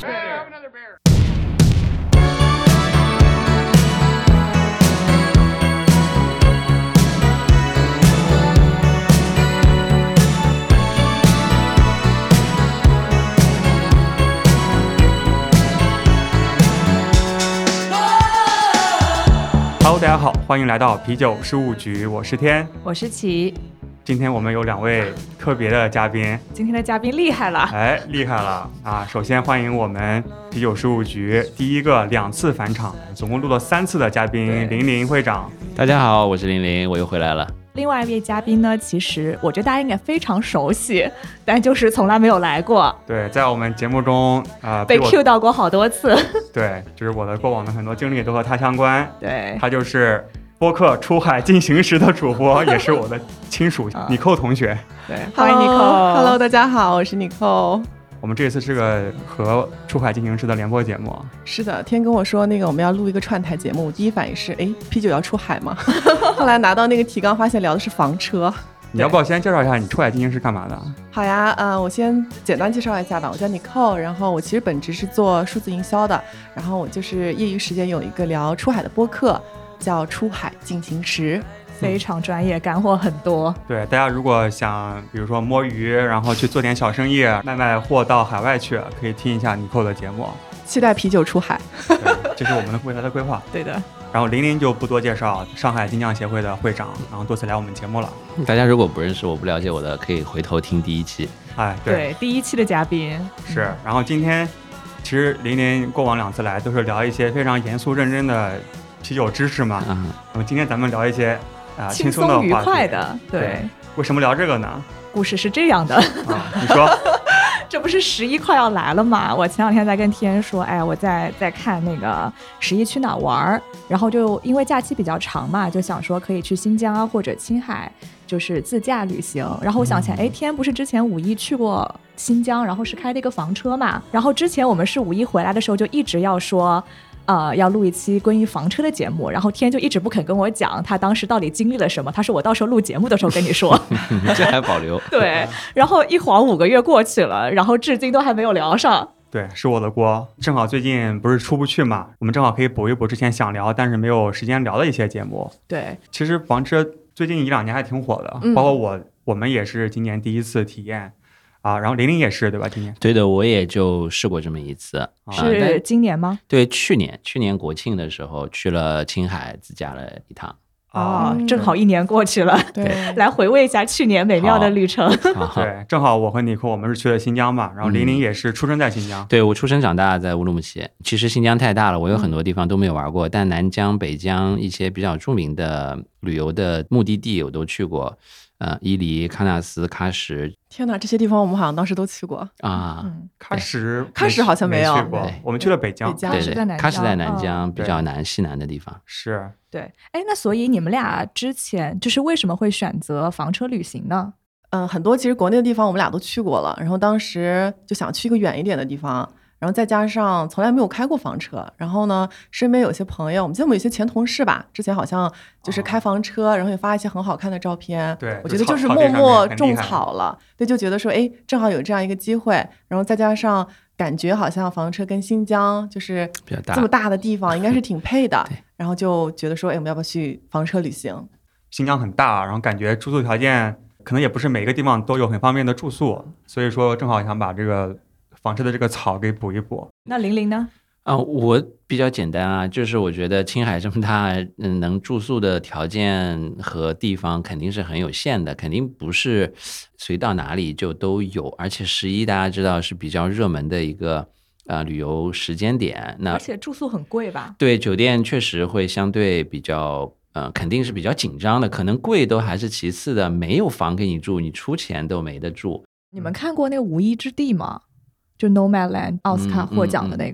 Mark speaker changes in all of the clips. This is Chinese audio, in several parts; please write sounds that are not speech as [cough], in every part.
Speaker 1: Brother Bear.
Speaker 2: Hello，大家好，欢迎来到啤酒事务局，我是天。
Speaker 3: 我是琪，
Speaker 2: 今天我们有两位特别的嘉宾，
Speaker 3: 今天的嘉宾厉害了，
Speaker 2: 哎，厉害了啊！首先欢迎我们啤酒事务局第一个两次返场，总共录了三次的嘉宾
Speaker 4: 对
Speaker 2: 林林会长。
Speaker 4: 大家好，我是玲玲，我又回来了。
Speaker 3: 另外一位嘉宾呢，其实我觉得大家应该非常熟悉，但就是从来没有来过，
Speaker 2: 对，在我们节目中啊、呃
Speaker 3: 被
Speaker 2: 我
Speaker 3: Q 到过好多次。
Speaker 2: 对，就是我的过往的很多经历都和他相关。
Speaker 3: 对，
Speaker 2: 他就是播客《出海进行时》的主播，也是我的亲属
Speaker 3: [laughs] 啊
Speaker 2: 尼寇同学。
Speaker 3: 对，[laughs]
Speaker 5: 欢
Speaker 3: 欢
Speaker 5: 迎
Speaker 3: 迎
Speaker 5: n i
Speaker 3: Nico。
Speaker 5: c o Hello，大家好，我是 n i c o
Speaker 2: 我们这次是个和《出海进行时》的联播节目，
Speaker 5: 是的，天跟我说那个我们要录一个串台节目，我第一反应是，哎，啤酒要出海吗？后来拿到那个提纲，发现聊的是房车。
Speaker 2: 你要不要先介绍一下你《出海进行时》干嘛的？
Speaker 5: 好呀，呃，我先简单介绍一下吧。我叫 Nicole，然后我其实本职是做数字营销的，然后我就是业余时间有一个聊出海的播客，叫《出海进行时
Speaker 3: 非常专业，干货很多。
Speaker 2: 对，大家如果想，比如说摸鱼，然后去做点小生意，卖卖货到海外去，可以听一下尼寇的节目。》，
Speaker 5: 期待啤酒出海。
Speaker 2: 对，这是我们的未来的规划。
Speaker 3: 对的，
Speaker 2: 然后玲玲就不多介绍，上海精酿协会的会长，然后多次来我们节目了。
Speaker 4: [laughs] 大家如果不认识我、不了解我的，可以回头听第一期。
Speaker 2: 哎，
Speaker 3: 对，嗯第一期的嘉宾
Speaker 2: 是。然后今天，其实玲玲过往两次来都是聊一些非常严肃认真的啤酒知识嘛。
Speaker 4: 嗯，
Speaker 2: 那么今天咱们聊一些啊、
Speaker 3: 轻
Speaker 2: 松的
Speaker 3: 愉
Speaker 2: 话
Speaker 3: 快
Speaker 2: 题。
Speaker 3: 的。
Speaker 2: 对
Speaker 3: 对，
Speaker 2: 为什么聊这个呢？
Speaker 3: 故事是这样的，
Speaker 2: 啊，你
Speaker 3: [laughs]
Speaker 2: 说。
Speaker 3: 这不是十一快要来了嘛？我前两天在跟天说，哎，我在在看那个十一去哪儿玩儿，然后就因为假期比较长嘛，就想说可以去新疆啊或者青海，就是自驾旅行。然后我想起来，哎，天不是之前五一去过新疆，然后是开了一个房车嘛，然后之前我们是五一回来的时候就一直要说。呃，要录一期关于房车的节目，然后天就一直不肯跟我讲他当时到底经历了什么。他说我到时候录节目的时候跟你说。。
Speaker 4: [laughs] 这还保留
Speaker 3: 对，然后一晃五个月过去了，然后至今都还没有聊上。
Speaker 2: 对，是我的锅。正好最近不是出不去嘛，我们正好可以补一补之前想聊但是没有时间聊的一些节目。
Speaker 3: 对，
Speaker 2: 其实房车最近一两年还挺火的，
Speaker 5: 嗯
Speaker 2: 包括我，我们也是今年第一次体验啊，然后玲玲也是对吧？今年
Speaker 4: [laughs] 对的，我也就试过这么一次。啊
Speaker 3: 是
Speaker 4: 但
Speaker 3: 今年吗？
Speaker 4: 对，去年去年国庆的时候去了青海自驾了一 [laughs] 趟。
Speaker 2: 啊，
Speaker 3: 哦，正好一年过去
Speaker 5: [laughs]
Speaker 3: 了，
Speaker 5: 对，
Speaker 3: 来回味一下去年美妙的旅程。
Speaker 4: 对，
Speaker 2: 对，正好我和尼克我们是去了新疆嘛，然后玲玲也是出生在新疆，
Speaker 4: 对我出生长大在乌鲁木齐，其实新疆太大了，我有很多地方都没有玩过，但南疆、北疆一些比较著名的旅游的目的地我都去过，呃，伊犁、喀纳斯、喀什
Speaker 5: 天哪，这些地方我们好像当时都去过。
Speaker 4: 啊，
Speaker 3: 嗯，
Speaker 2: 喀什
Speaker 5: 喀什
Speaker 2: 没
Speaker 5: 好像
Speaker 2: 没
Speaker 5: 没有
Speaker 2: 去过
Speaker 4: 对，
Speaker 2: 我们去了北疆
Speaker 5: 北，疆
Speaker 4: 对
Speaker 3: 是
Speaker 4: 对，
Speaker 3: 在南
Speaker 4: 喀什在
Speaker 3: 疆
Speaker 4: 南
Speaker 3: 嗯
Speaker 4: 疆比较南西南的地方。
Speaker 2: 是
Speaker 3: [laughs] 对。哎，那所以你们俩之前就是为什么会选择房车旅行呢？
Speaker 5: 嗯，很多其实国内的地方我们俩都去过了，然后当时就想去一个远一点的地方，然后再加上从来没有开过房车，然后呢，身边有些朋友，我们记得我们有些前同事吧，之前好像就是开房车，然后也发一些很好看的照片，
Speaker 2: 哦对
Speaker 5: 我
Speaker 2: 就
Speaker 5: 觉得
Speaker 2: 草
Speaker 5: 就是
Speaker 2: 草地
Speaker 5: 默
Speaker 2: 上面
Speaker 5: 默
Speaker 2: 很厉
Speaker 5: 种
Speaker 2: 害
Speaker 5: 草了，对，就觉得说，哎，正好有这样一个机会，然后再加上感觉好像房车跟新疆就是
Speaker 4: 比较大
Speaker 5: 这么大的地方应该是挺
Speaker 2: [laughs]
Speaker 5: 配的
Speaker 4: 对，
Speaker 5: 然后就觉得说，哎，我们要不要去房车旅行？
Speaker 2: 新疆很大，然后感觉住宿条件可能也不是每个地方都有很方便的住宿，所以说正好想把这个房车的这个草给补一补。
Speaker 3: 那玲玲呢？
Speaker 4: 啊、我比较简单啊，就是我觉得青海这么大， [laughs] 嗯，能住宿的条件和地方肯定是很有限的，肯定不是随到哪里就都有。而且十一大家知道是比较热门的一个呃旅游时间点，那嗯
Speaker 3: 而且住宿很贵吧？
Speaker 4: 对酒店确实会相对比较，呃，肯定是比较紧张的，可能贵都还是其次的，没有房给你住，你出钱都没得住。
Speaker 3: 你们看过那个《无依之地》吗？就 Nomadland 奥斯卡
Speaker 4: 嗯嗯
Speaker 3: 获奖的
Speaker 4: 嗯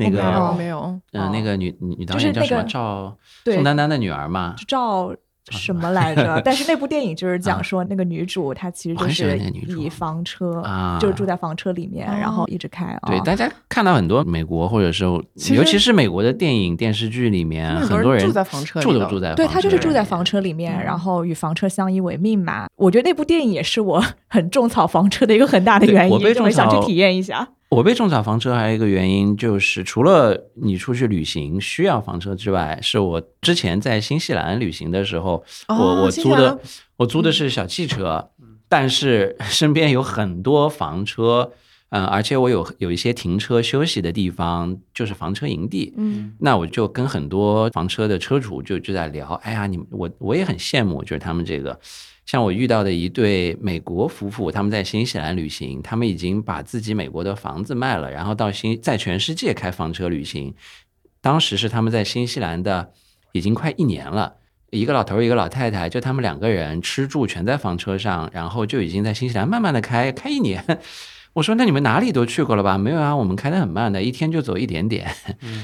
Speaker 3: 那个，
Speaker 4: 那个，
Speaker 5: 没有，
Speaker 3: 哦
Speaker 5: 没有，
Speaker 4: 呃，那个女女女导
Speaker 3: 就是
Speaker 4: 演叫
Speaker 3: 那
Speaker 4: 什么？
Speaker 3: 个
Speaker 4: 赵
Speaker 3: 对
Speaker 4: 宋丹丹的女儿嘛。
Speaker 3: 就照什么来
Speaker 4: [laughs]
Speaker 3: 着？但是那部电影就是讲说，那个女主她其实
Speaker 4: 啊我
Speaker 3: 就
Speaker 4: 很喜欢
Speaker 3: 是
Speaker 4: 那个女主
Speaker 3: 以房车，
Speaker 4: 啊
Speaker 3: 就是住在房车里面，
Speaker 5: 哦
Speaker 3: 然后一直开啊。
Speaker 4: 对，大家看到很多美国或者是
Speaker 5: 其实
Speaker 4: 尤其是美国的电影电视剧里面，
Speaker 5: 那很多
Speaker 4: 很多
Speaker 5: 人
Speaker 4: 人
Speaker 5: 住在房车里
Speaker 4: 住都
Speaker 5: 的
Speaker 4: 住在
Speaker 3: 对
Speaker 4: 房
Speaker 3: 她就是
Speaker 4: 车
Speaker 3: 住
Speaker 4: 里
Speaker 3: 在
Speaker 4: 面
Speaker 3: 房车里面，
Speaker 5: 嗯
Speaker 3: 然后与房车相依为命嘛。我觉得那部电影也是我 [laughs] 很种草房车的一个很大的
Speaker 4: 对
Speaker 3: 原因，
Speaker 4: 我被
Speaker 3: 就很
Speaker 4: 种
Speaker 3: 想
Speaker 4: 草
Speaker 3: 去体验一下。
Speaker 4: 我被种草房车还有一个原因就是，除了你出去旅行需要房车之外，是我之前在新西兰旅行的时候，
Speaker 5: 哦
Speaker 4: 我我
Speaker 5: 新西
Speaker 4: 租
Speaker 5: 兰嗯
Speaker 4: 的我租的是小汽车，但是 [laughs] 身边有很多房车，嗯、而且我有有一些停车休息的地方，就是房车营地，
Speaker 5: 嗯
Speaker 4: 那我就跟很多房车的车主就就在聊，哎呀，你我我也很羡慕，就是他们这个，像我遇到的一对美国夫妇，他们在新西兰旅行，他们已经把自己美国的房子卖了，然后到新在全世界开房车旅行。当时是他们在新西兰的，已经快一年了。一个老头儿，一个老太太，就他们两个人吃住全在房车上，然后就已经在新西兰慢慢的开开一年。 [laughs] 我说那你们哪里都去过了吧？没有啊，我们开的很慢的，一天就走一点点。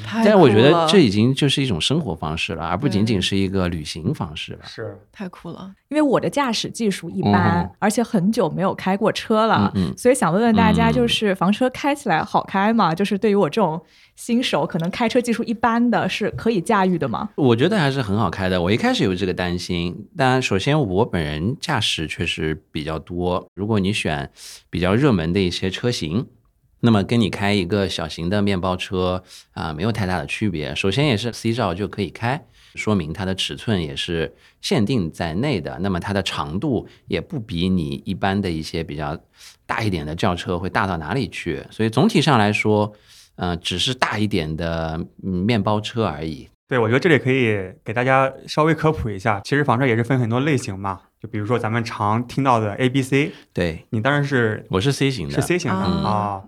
Speaker 5: 太
Speaker 4: 但我
Speaker 5: 酷
Speaker 4: 觉得
Speaker 5: 了嗯
Speaker 4: 这已经就是一种生活方式了，而不仅
Speaker 5: 对
Speaker 4: 仅是一个旅行方式了。
Speaker 2: 是
Speaker 5: 太酷了，
Speaker 3: 因为我的驾驶技术一般，
Speaker 4: 嗯
Speaker 3: 而且很久没有开过车了，
Speaker 4: 嗯嗯
Speaker 3: 所以想问问大家，
Speaker 4: 嗯
Speaker 3: 就是房车开起来好开吗？就是对于我这种新手，可能开车技术一般的是可以驾驭的吗？
Speaker 4: 我觉得还是很好开的。我一开始有这个担心，但首先我本人驾驶确实比较多。如果你选比较热门的一些车型，那么跟你开一个小型的面包车啊、没有太大的区别。首先也是 C 照就可以开，说明它的尺寸也是限定在内的。那么它的长度也不比你一般的一些比较大一点的轿车会大到哪里去。所以总体上来说，呃，只是大一点的嗯面包车而已。
Speaker 2: 对，我觉得这里可以给大家稍微科普一下，其实房车也是分很多类型嘛，就比如说咱们常听到的 A、B、C，
Speaker 4: 对，
Speaker 2: 你当然是
Speaker 4: 我是 C 型的，嗯
Speaker 2: 是 C 型的
Speaker 5: 啊
Speaker 2: 啊，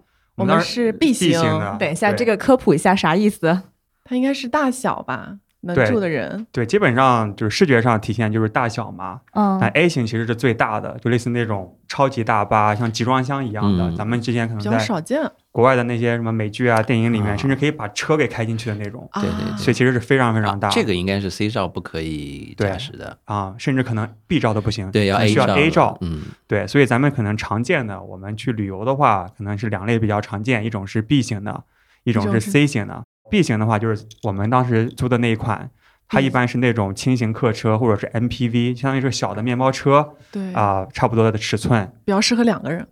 Speaker 2: 当
Speaker 5: 我们
Speaker 2: 然
Speaker 5: 是 B
Speaker 2: 型
Speaker 5: 型
Speaker 2: 的。
Speaker 3: 等一下，
Speaker 2: 对
Speaker 3: 这个科普一下啥意思？
Speaker 5: 它应该是大小吧，能
Speaker 2: 对嗯
Speaker 5: 住的人，
Speaker 2: 对，基本上就是视觉上体现就是大小嘛。
Speaker 3: 嗯
Speaker 4: 哎
Speaker 2: 那 A 型其实是最大的，就类似那种超级大巴，像集装箱一样的。
Speaker 4: 嗯
Speaker 2: 咱们之前可
Speaker 5: 比
Speaker 2: 能
Speaker 5: 较
Speaker 2: 在
Speaker 5: 少见。
Speaker 2: 国外的那些什么美剧啊、电影里面，
Speaker 4: 啊
Speaker 2: 甚至可以把车给开进去的那种，
Speaker 5: 啊
Speaker 4: 对对对
Speaker 2: 所以其实是非常非
Speaker 4: 啊
Speaker 2: 常大。
Speaker 4: 这个应该是 C 照不可以驾驶的，
Speaker 2: 啊，甚至可能 B 照都不行，
Speaker 4: 对，要
Speaker 2: 可能
Speaker 4: A
Speaker 2: 需要
Speaker 4: 照
Speaker 2: A 照。
Speaker 4: 嗯，
Speaker 2: 对，所以咱们可能常见的，我们去旅游的话，可能是两类比较常见，一种是 B 型的，一种
Speaker 5: 一
Speaker 2: 是
Speaker 5: 种是
Speaker 2: C 型的。B 型的话，就是我们当时租的那一款，
Speaker 5: 嗯
Speaker 2: 它一般是那种轻型客车或者是 MPV，相当于是小的面包车
Speaker 5: 对，
Speaker 2: 啊、差不多的尺寸。
Speaker 5: 比较适合两个人。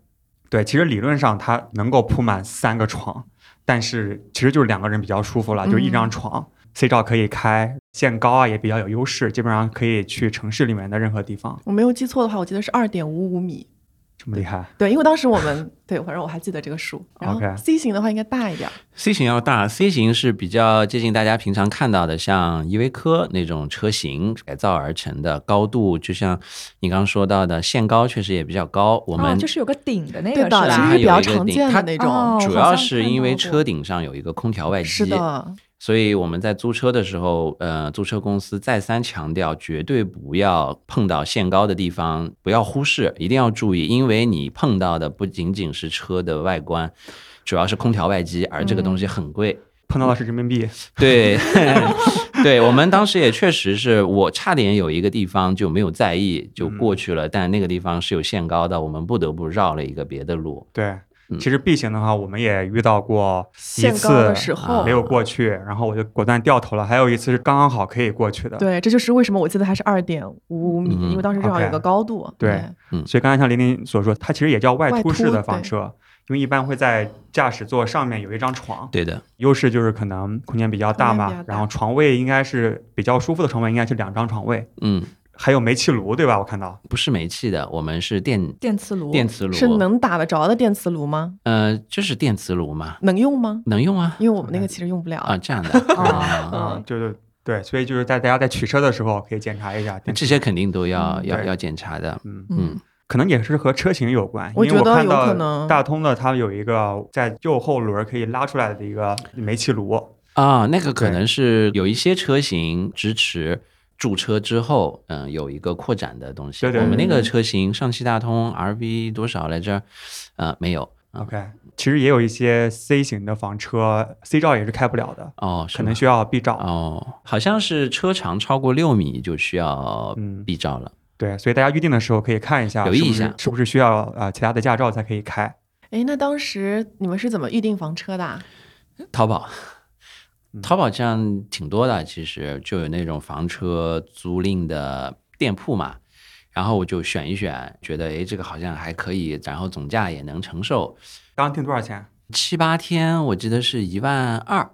Speaker 2: 对，其实理论上它能够铺满三个床，但是其实就是两个人比较舒服了，就是一
Speaker 5: 嗯
Speaker 2: 张床。C 照可以开，限高啊也比较有优势，基本上可以去城市里面的任何地方。
Speaker 5: 我没有记错的话，我记得是二点五五米。
Speaker 2: 这么厉害，
Speaker 5: 对，因为当时我们对，反正我还记得这个数。然后
Speaker 2: OK
Speaker 5: C 型的话应该大一点儿，
Speaker 4: C 型要大，C 型是比较接近大家平常看到的，像依维柯那种车型改造而成的，高度就像你刚刚说到的，限高确实也比较高。我
Speaker 3: 啊，
Speaker 4: 们
Speaker 3: 就是有个顶的那
Speaker 4: 哎
Speaker 3: 个是
Speaker 5: 对的，
Speaker 4: 它
Speaker 5: 其实
Speaker 3: 吧
Speaker 5: 是？比较
Speaker 4: 有一个
Speaker 5: 常
Speaker 4: 顶
Speaker 5: 见
Speaker 4: 它
Speaker 5: 的那种
Speaker 3: 哦。
Speaker 4: 主
Speaker 3: 我好
Speaker 4: 要
Speaker 3: 像
Speaker 4: 是
Speaker 3: 看
Speaker 4: 因为
Speaker 3: 到
Speaker 4: 车
Speaker 3: 过
Speaker 4: 顶上有一个空调外机，
Speaker 5: 是的，
Speaker 4: 所以我们在租车的时候，呃，租车公司再三强调，绝对不要碰到限高的地方，不要忽视，一定要注意，因为你碰到的不仅仅是车的外观，主要是空调外机，而这个
Speaker 5: 嗯
Speaker 4: 东西很贵。
Speaker 2: 碰
Speaker 4: 嗯
Speaker 2: 到的是人民币，
Speaker 4: 对， [laughs] 对我们当时也确实是我差点有一个地方就没有在意就
Speaker 5: 嗯
Speaker 4: 过去了，但那个地方是有限高的，我们不得不绕了一个别的路。
Speaker 2: 对
Speaker 4: 嗯，
Speaker 2: 其实 B 型的话，我们也遇到过一
Speaker 5: 限高
Speaker 2: 次
Speaker 5: 的时
Speaker 4: 啊
Speaker 5: 候
Speaker 2: 没，有过去，然后我就果断掉头了。还有一次是刚刚好可以过去的。
Speaker 5: 对，这就是为什么我记得它是二点五五米，
Speaker 4: 嗯
Speaker 5: 因为当时正好有
Speaker 2: OK
Speaker 5: 个高度。
Speaker 2: 对所以刚才像玲玲所说，它其实也叫外
Speaker 5: 外
Speaker 2: 凸式
Speaker 5: 凸
Speaker 2: 的房
Speaker 5: 对
Speaker 2: 车，因为一般会在驾驶座上面有一张床，
Speaker 4: 对的，
Speaker 2: 优势就是可能空间比较大
Speaker 5: 空间
Speaker 2: 嘛
Speaker 5: 比，较大
Speaker 2: 然后床位应该是比较舒服的床位，应该是两张床位，
Speaker 4: 嗯，
Speaker 2: 还有煤气炉，对吧？我看到
Speaker 4: 不是煤气的，我们是电
Speaker 3: 电磁炉，
Speaker 4: 电磁炉，
Speaker 5: 哦是能打得着的电磁炉吗？
Speaker 4: 呃，就是电磁炉嘛，
Speaker 5: 能用吗？
Speaker 4: 能用啊。
Speaker 2: 嗯
Speaker 5: 因为我们那个其实用不了。
Speaker 4: 啊，这样
Speaker 2: [laughs]
Speaker 4: 的
Speaker 3: 嗯
Speaker 4: 啊，
Speaker 2: 啊，
Speaker 5: 嗯
Speaker 2: 就是对，所以就是在大家在取车的时候可以检查一下电
Speaker 4: 这些肯定都要
Speaker 5: 嗯
Speaker 2: 嗯
Speaker 4: 要
Speaker 2: 对
Speaker 4: 要检查的。
Speaker 2: 嗯，
Speaker 4: 嗯，
Speaker 2: 可能也是和车型有关，因
Speaker 5: 我
Speaker 2: 为
Speaker 5: 觉得
Speaker 2: 看
Speaker 5: 有可
Speaker 2: 到
Speaker 5: 能
Speaker 2: 大通的它有一个在右后轮可以拉出来的一个煤气炉，
Speaker 4: 啊，那个可
Speaker 2: 对
Speaker 4: 能是有一些车型支持驻车之后，嗯，有一个扩展的东西。
Speaker 2: 对对
Speaker 4: 我们那
Speaker 5: 对
Speaker 4: 个车型上汽大通 RV 多少来着？呃，没有。
Speaker 2: OK，其实也有一些 C 型的房车，C 照也是开不了的，
Speaker 4: 哦，是
Speaker 2: 可能
Speaker 4: 吗
Speaker 2: 需要 B 照。
Speaker 4: 哦，好像是车长超过六米就需要
Speaker 2: 嗯
Speaker 4: B 照了。
Speaker 2: 对，所以大家预定的时候可以看一下，
Speaker 4: 留意
Speaker 2: 是不
Speaker 4: 一
Speaker 2: 是
Speaker 4: 下
Speaker 2: 是不是需要呃其他的驾照才可以开。
Speaker 5: 哎，那当时你们是怎么预定房车的
Speaker 4: 哎
Speaker 5: 啊？
Speaker 4: 淘宝
Speaker 2: 嗯，
Speaker 4: 淘宝这样挺多的，其实就有那种房车租赁的店铺嘛。然后我就选一选，觉得诶这个好像还可以，然后总价也能承受。
Speaker 2: 刚刚定多少钱？
Speaker 4: 七八天，我记得是一万二，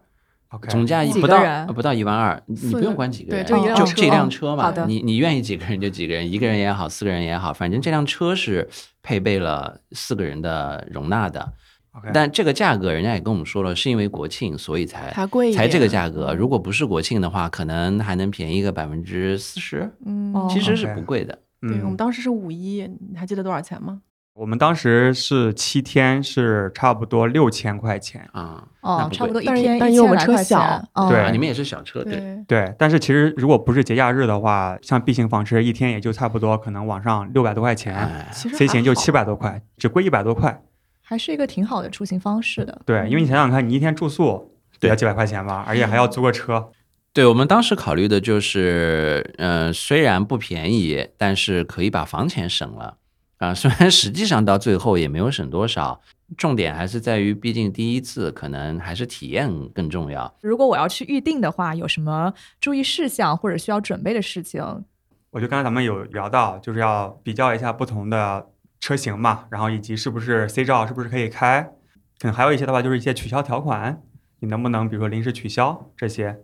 Speaker 2: OK，
Speaker 4: 总价
Speaker 3: 几
Speaker 4: 不
Speaker 3: 个
Speaker 4: 到
Speaker 3: 人
Speaker 4: 呃不到一万二，你你
Speaker 5: 四
Speaker 4: 不
Speaker 5: 个
Speaker 4: 用管几个
Speaker 5: 对
Speaker 4: 人，
Speaker 5: 就
Speaker 3: 一辆
Speaker 4: 就
Speaker 5: 车
Speaker 4: 这辆车
Speaker 3: 好
Speaker 4: 嘛
Speaker 3: 的，
Speaker 4: 你你愿意几个人就几个人，一个人也好，四个人也好，反正这辆车是配备了四个人的容纳的。
Speaker 2: OK，
Speaker 4: 但这个价格人家也跟我们说了，是因为国庆所以才
Speaker 5: 才贵一
Speaker 4: 才这
Speaker 5: 点
Speaker 4: 个价格。如果不是国庆的话，可能还能便宜个百分之四十，
Speaker 5: 嗯，
Speaker 3: 哦
Speaker 4: 其实是
Speaker 2: OK
Speaker 4: 不贵的。
Speaker 5: 对我们
Speaker 2: 嗯，
Speaker 5: 当时是五一，你还记得多少钱吗？
Speaker 2: 我们当时是七天，是差不多六千块钱。
Speaker 4: 啊，那
Speaker 3: 哦，
Speaker 4: 不
Speaker 3: 差不多
Speaker 4: 贵
Speaker 3: 一
Speaker 5: 但是
Speaker 3: 天
Speaker 5: 但
Speaker 3: 一
Speaker 5: 因
Speaker 3: 千
Speaker 5: 为我们
Speaker 3: 来
Speaker 5: 车
Speaker 3: 块钱
Speaker 5: 小，
Speaker 3: 哦
Speaker 2: 对
Speaker 4: 啊，你们也是小车对，
Speaker 2: 对，但是其实如果不是节假日的话，像 B 型房车一天也就差不多，可能往上六百多块钱
Speaker 4: 哎，
Speaker 5: 其实
Speaker 2: ，C 型就
Speaker 5: 还好
Speaker 2: 七百多块，只贵一百多块。
Speaker 3: 还是一个挺好的出行方式的。
Speaker 2: 对，
Speaker 5: 嗯
Speaker 2: 因为你想想看，你一天住宿也要
Speaker 4: 对
Speaker 2: 几百块钱吧，而且还要租个车。
Speaker 4: 对我们当时考虑的就是，呃，虽然不便宜，但是可以把房钱省了啊、虽然实际上到最后也没有省多少，重点还是在于，毕竟第一次可能还是体验更重要。
Speaker 3: 如果我要去预定的话，有什么注意事项或者需要准备的事情？
Speaker 2: 我就刚才咱们有聊到，就是要比较一下不同的车型嘛，然后以及是不是 C 照是不是可以开，可能还有一些的话就是一些取消条款，你能不能比如说临时取消这些？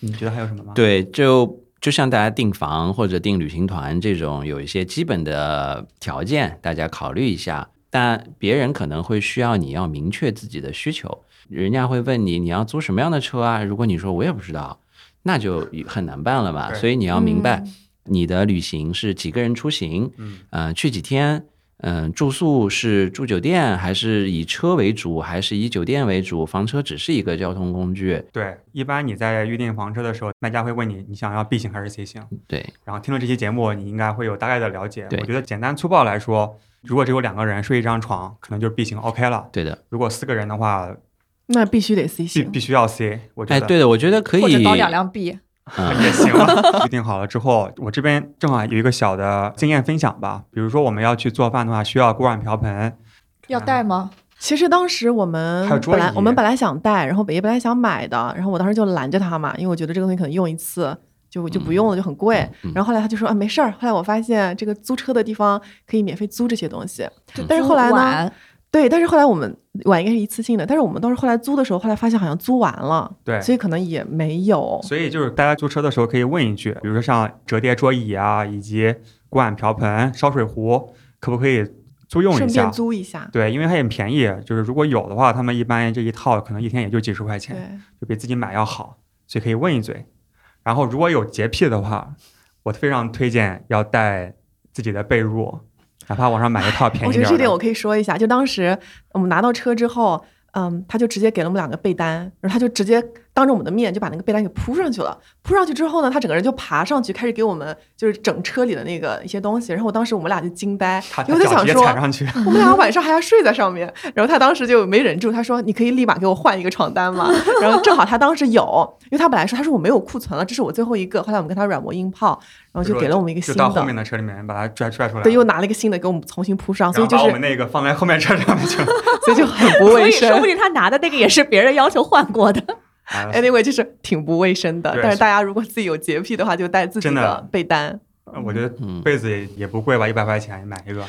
Speaker 2: 你觉得还有什么吗？
Speaker 4: 对，就就像大家订房或者订旅行团这种，有一些基本的条件，大家考虑一下。但别人可能会需要你要明确自己的需求，人家会问你你要租什么样的车啊？如果你说我也不知道，那就很难办了嘛。
Speaker 2: 对
Speaker 4: 所以你要明白
Speaker 5: 嗯
Speaker 4: 你的旅行是几个人出行，
Speaker 2: 嗯，
Speaker 4: 呃，去几天，嗯、住宿是住酒店，还是以车为主，还是以酒店为主？房车只是一个交通工具，
Speaker 2: 对，一般你在预定房车的时候，卖家会问你你想要 B 型还是 C 型，
Speaker 4: 对。
Speaker 2: 然后听了这期节目，你应该会有大概的了解。
Speaker 4: 对
Speaker 2: 我觉得简单粗暴来说，如果只有两个人睡一张床，可能就是 B 型 OK 了；
Speaker 4: 对的，
Speaker 2: 如果四个人的话，
Speaker 5: 那必须得 C
Speaker 2: 必
Speaker 5: 型，
Speaker 2: 必须要 C。我觉
Speaker 4: 哎，
Speaker 2: 得、
Speaker 4: 对的，我觉得可以
Speaker 3: 或者搞两辆 B，
Speaker 4: 嗯
Speaker 2: [laughs] 也行吧。预定好了之后，我这边正好有一个小的经验分享吧。比如说我们要去做饭的话，需要锅碗瓢盆，
Speaker 3: 要带吗？
Speaker 5: 其实当时我们
Speaker 2: 还有桌
Speaker 5: 本来
Speaker 2: 椅
Speaker 5: 我们本来想带，然后北爷本来想买的，然后我当时就拦着他嘛，因为我觉得这个东西可能用一次就就不用了，就很贵。
Speaker 4: 嗯
Speaker 5: 然后后来他就说啊没事儿。后来我发现这个租车的地方可以免费租这些东西，但是后来呢，
Speaker 3: 晚
Speaker 5: 对，但是后来我们碗应该是一次性的，但是我们当时后来租的时候，后来发现好像租完了，
Speaker 2: 对。
Speaker 5: 所以可能也没有。
Speaker 2: 所以就是大家租车的时候可以问一句，比如说像折叠桌椅啊，以及锅碗瓢盆、烧水壶，可不可以租用
Speaker 5: 顺
Speaker 2: 一
Speaker 5: 便
Speaker 2: 下？
Speaker 5: 租一下，
Speaker 2: 对，因为它也便宜，就是如果有的话，他们一般这一套可能一天也就几十块
Speaker 5: 对
Speaker 2: 钱，，就比自己买要好，所以可以问一嘴。然后如果有洁癖的话，我非常推荐要带自己的被褥，哪怕网上买一套便宜
Speaker 5: 我觉
Speaker 2: 点
Speaker 5: 得
Speaker 2: 儿
Speaker 5: 这
Speaker 2: 的
Speaker 5: 点我可以说一下，就当时我们拿到车之后，嗯，他就直接给了我们两个被单，然后他就直接当着我们的面就把那个被单给铺上去了。铺上去之后呢，他整个人就爬上去，开始给我们就是整车里的那个一些东西。然后我当时我们俩就惊呆
Speaker 2: 他，他
Speaker 5: 因为我在
Speaker 2: 脚
Speaker 5: 想
Speaker 2: 直接
Speaker 5: 说，
Speaker 2: 踩上去，
Speaker 5: 我们俩晚上还要睡在上面，然后他当时就没忍住，他说：“你可以立马给我换一个床单嘛。”然后正好他当时有，因为他本来说他说我没有库存了，这是我最后一个。后来我们跟他软磨硬泡，然后就给了我们一个
Speaker 2: 就
Speaker 5: 新
Speaker 2: 到后面
Speaker 5: 的，
Speaker 2: 的车里面把它拽拽出来，
Speaker 5: 对，又拿了一个新的给我们重新铺
Speaker 2: 然
Speaker 5: 上，所
Speaker 2: 后
Speaker 5: 以就
Speaker 2: 把我
Speaker 5: 是
Speaker 2: 们那个放在后面车上面
Speaker 5: [laughs]
Speaker 2: 去了。
Speaker 5: 所以就很不
Speaker 3: 所
Speaker 5: 卫
Speaker 3: 以说不
Speaker 5: 生。
Speaker 3: 定他拿的那个也是别人要求换过的。
Speaker 2: 哎
Speaker 5: Anyway，就是挺不卫生的。
Speaker 2: 对
Speaker 5: 但是大家如果自己有洁癖的话，就带自己
Speaker 2: 真的
Speaker 5: 的被单。
Speaker 2: 呃我觉得
Speaker 4: 嗯
Speaker 2: 被子也也不贵吧，一百块钱买一个。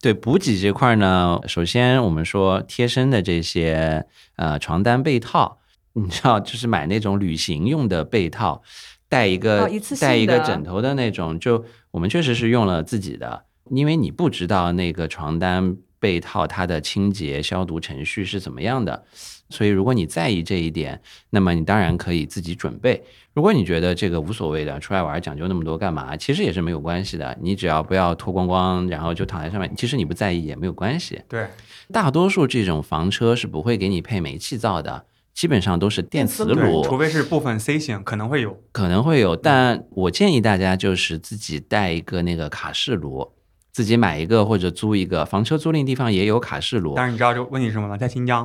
Speaker 4: 对补给这块呢，首先我们说贴身的这些呃床单被套，你知道，就是买那种旅行用的被套，带一个、
Speaker 3: 哦一次性的
Speaker 4: 带一个枕头的那种，就我们确实是用了自己的，因为你不知道那个床单被套它的清洁消毒程序是怎么样的，所以如果你在意这一点，那么你当然可以自己准备。如果你觉得这个无所谓的，出来玩儿讲究那么多干嘛？其实也是没有关系的，你只要不要脱光光，然后就躺在上面，其实你不在意也没有关系。
Speaker 2: 对，
Speaker 4: 大多数这种房车是不会给你配煤气灶的，基本上都是电磁
Speaker 5: 电磁
Speaker 2: 对，
Speaker 4: 炉，
Speaker 2: 除非是部分 C 型可能会有。
Speaker 4: 可能会有，但我建议大家就是自己带一个那个卡式炉，自己买一个或者租一个。房车租赁地方也有卡式炉
Speaker 2: 但
Speaker 4: 啊、
Speaker 2: 是你知道这问题是什么吗？在新疆，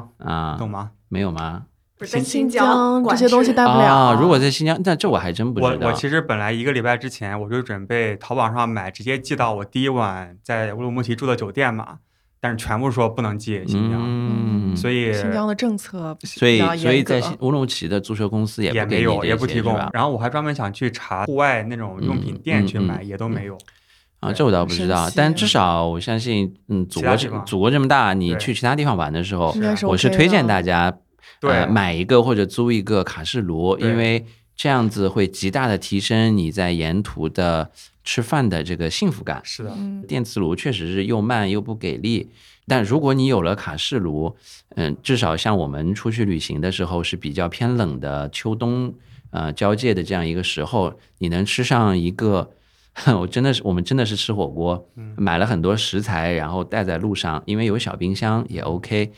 Speaker 2: 懂吗？
Speaker 4: 没有吗？
Speaker 2: 在
Speaker 5: 新疆这些东西带不
Speaker 4: 啊
Speaker 5: 了。
Speaker 4: 如果在新疆，那这我还真不
Speaker 2: 我
Speaker 4: 知道。
Speaker 2: 我其实本来一个礼拜之前我就准备淘宝上买，直接寄到我第一晚在乌鲁木齐住的酒店嘛，但是全部说不能寄新疆，
Speaker 4: 嗯，
Speaker 2: 所以
Speaker 5: 新疆的政策
Speaker 4: 所以
Speaker 5: 比较严格，
Speaker 4: 所以在新乌鲁木齐的租车公司也
Speaker 2: 也
Speaker 4: 不给
Speaker 2: 没
Speaker 4: 你
Speaker 2: 有，
Speaker 4: 这
Speaker 2: 也不
Speaker 4: 些
Speaker 2: 提
Speaker 4: 是
Speaker 2: 供
Speaker 4: 吧。
Speaker 2: 然后我还专门想去查户外那种用品店去买，
Speaker 4: 嗯嗯嗯
Speaker 2: 也都没有。
Speaker 4: 啊，这我倒不知道
Speaker 5: 神，奇
Speaker 4: 但至少我相信，嗯，祖国
Speaker 2: 其他地
Speaker 4: 这
Speaker 2: 方
Speaker 4: 祖国这么大，你
Speaker 2: 对
Speaker 4: 去其他地方玩的时候
Speaker 5: 应，该是、OK、
Speaker 4: 我是推荐大。家
Speaker 2: 对
Speaker 4: 呃、买一个或者租一个卡式炉，
Speaker 2: 对
Speaker 4: 因为这样子会极大的提升你在沿途的吃饭的这个幸福感。
Speaker 2: 是的，
Speaker 5: 嗯，
Speaker 4: 电磁炉确实是又慢又不给力，但如果你有了卡式炉，嗯，至少像我们出去旅行的时候是比较偏冷的秋冬呃交界的这样一个时候，你能吃上一个。 [laughs] 我真的是，我们真的是吃火锅，买了很多食材，然后带在路上，因为有小冰箱也 OK。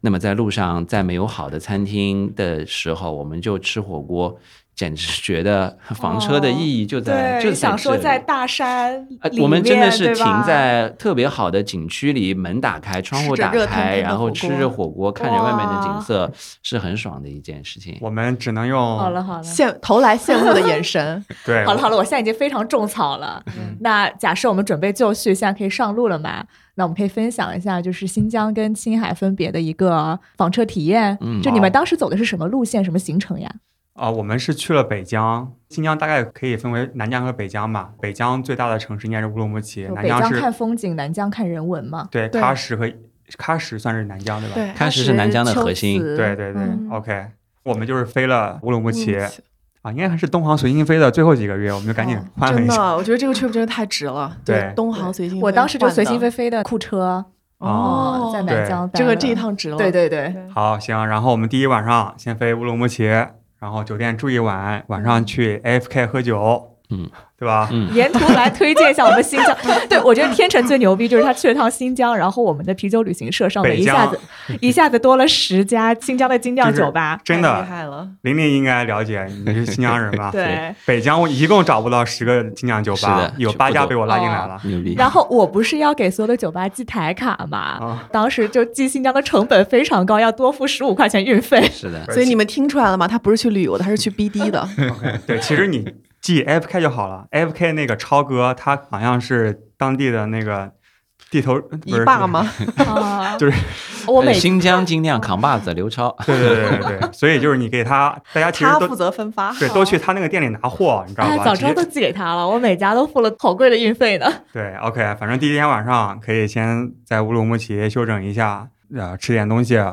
Speaker 4: 那么在路上，在没有好的餐厅的时候，我们就吃火锅，简直觉得房车的意义就在、就
Speaker 3: 哦对，
Speaker 4: 在
Speaker 3: 想说
Speaker 4: 这里
Speaker 3: 在大山
Speaker 4: 呃
Speaker 3: 里，面，
Speaker 4: 我们真的是
Speaker 3: 对吧
Speaker 4: 停在特别好的景区里，门打开，窗户
Speaker 5: 吃着
Speaker 4: 打
Speaker 5: 热腾腾
Speaker 4: 开，
Speaker 5: 的
Speaker 4: 然后
Speaker 5: 火
Speaker 4: 吃
Speaker 5: 锅
Speaker 4: 着火锅，看着外面的景
Speaker 3: 哇
Speaker 4: 色，是很爽的一件事情。
Speaker 2: 我们只能用
Speaker 3: 好了好了。
Speaker 5: 羡投来羡慕的眼 [laughs] 神，
Speaker 2: 对嗯
Speaker 3: 好了好了，我现在已经非常种草了。那假设我们准备就绪，现在可以上路了嘛？那我们可以分享一下，就是新疆跟青海分别的一个房车体验。
Speaker 4: 嗯
Speaker 3: 就你们当时走的是什么路线、什么行程呀？
Speaker 2: 啊、我们是去了北疆、新疆，大概可以分为南疆和北疆吧。北疆最大的城市应该是乌鲁木齐，
Speaker 3: 就
Speaker 2: 南
Speaker 3: 北疆
Speaker 2: 是
Speaker 3: 看风景，南疆看人文嘛。
Speaker 2: 对
Speaker 5: 对
Speaker 2: 喀什和喀什算是南疆对吧？
Speaker 5: 对，
Speaker 4: 喀什是南疆的核心
Speaker 3: 秋瓷
Speaker 2: 对对对
Speaker 3: 嗯
Speaker 2: o k 我们就是飞了乌鲁木齐
Speaker 5: 嗯
Speaker 2: 啊，应该还是东航随心飞的最后几个月，我们就赶紧
Speaker 3: 哦
Speaker 2: 换了
Speaker 5: 真
Speaker 2: 一下。啊
Speaker 5: 的，我觉得这个 trip 真的太值了。
Speaker 2: 对
Speaker 5: 就是东航随心飞换的，
Speaker 3: 我当时就随心飞飞的库车，嗯
Speaker 5: 哦，
Speaker 3: 在
Speaker 2: 对
Speaker 3: 南疆待
Speaker 5: 这个
Speaker 3: 了
Speaker 5: 这一，趟值了。
Speaker 3: 对对对，
Speaker 2: 好，行，然后我们第一晚上先飞乌鲁木齐，然后酒店住一晚，晚上去 AFK 喝酒，
Speaker 4: 嗯，
Speaker 2: 对吧？
Speaker 4: 嗯，
Speaker 3: 沿途来推荐一下我们新疆。对，我觉得天成最牛逼就是他去了趟新疆，然后我们的啤酒旅行社上面
Speaker 2: 北
Speaker 3: 一下
Speaker 2: 疆
Speaker 3: 子一下子多了十家新疆的精酿
Speaker 2: 就是
Speaker 3: 酒吧。
Speaker 2: 真
Speaker 5: 太厉
Speaker 2: 的，
Speaker 5: 害了，
Speaker 2: 玲玲应该了解，你是新疆人吧？
Speaker 3: [laughs] 对。
Speaker 2: [laughs] 北疆我一共找不到十个精酿酒
Speaker 4: 是
Speaker 2: 吧
Speaker 4: 的，
Speaker 2: 有八家被我拉进来了。
Speaker 4: 牛逼。
Speaker 3: 然后我不是要给所有的酒吧寄台卡嘛，
Speaker 2: 啊，
Speaker 3: 当时就寄新疆的成本非常高，要多付十五块钱运费。
Speaker 4: 是的，
Speaker 5: 所以你们听出来了吗？他不是去旅游的，他是去 BD 的。
Speaker 2: 对，其实你记 AFK 就好了。AFK 那个超哥，他好像是当地的那个地头 [laughs] 不
Speaker 5: 一
Speaker 2: 是
Speaker 5: 霸吗？
Speaker 3: 啊
Speaker 2: 就是
Speaker 3: [laughs] 我每
Speaker 4: 哎新疆精酿扛把子刘超，
Speaker 2: [laughs] 对对对对对，所以就是你给他，大家其实
Speaker 5: 他负
Speaker 2: 都
Speaker 5: 责分发。
Speaker 2: 对都去他那个店里拿货，你知道
Speaker 3: 哎
Speaker 2: 吧？
Speaker 3: 早知道
Speaker 2: 直
Speaker 3: 都
Speaker 2: 接
Speaker 3: 寄给他了，我每家都付了好贵的运费呢。
Speaker 2: 对，OK，反正第一天晚上可以先在乌鲁木齐休整一下，呃，吃点东西，然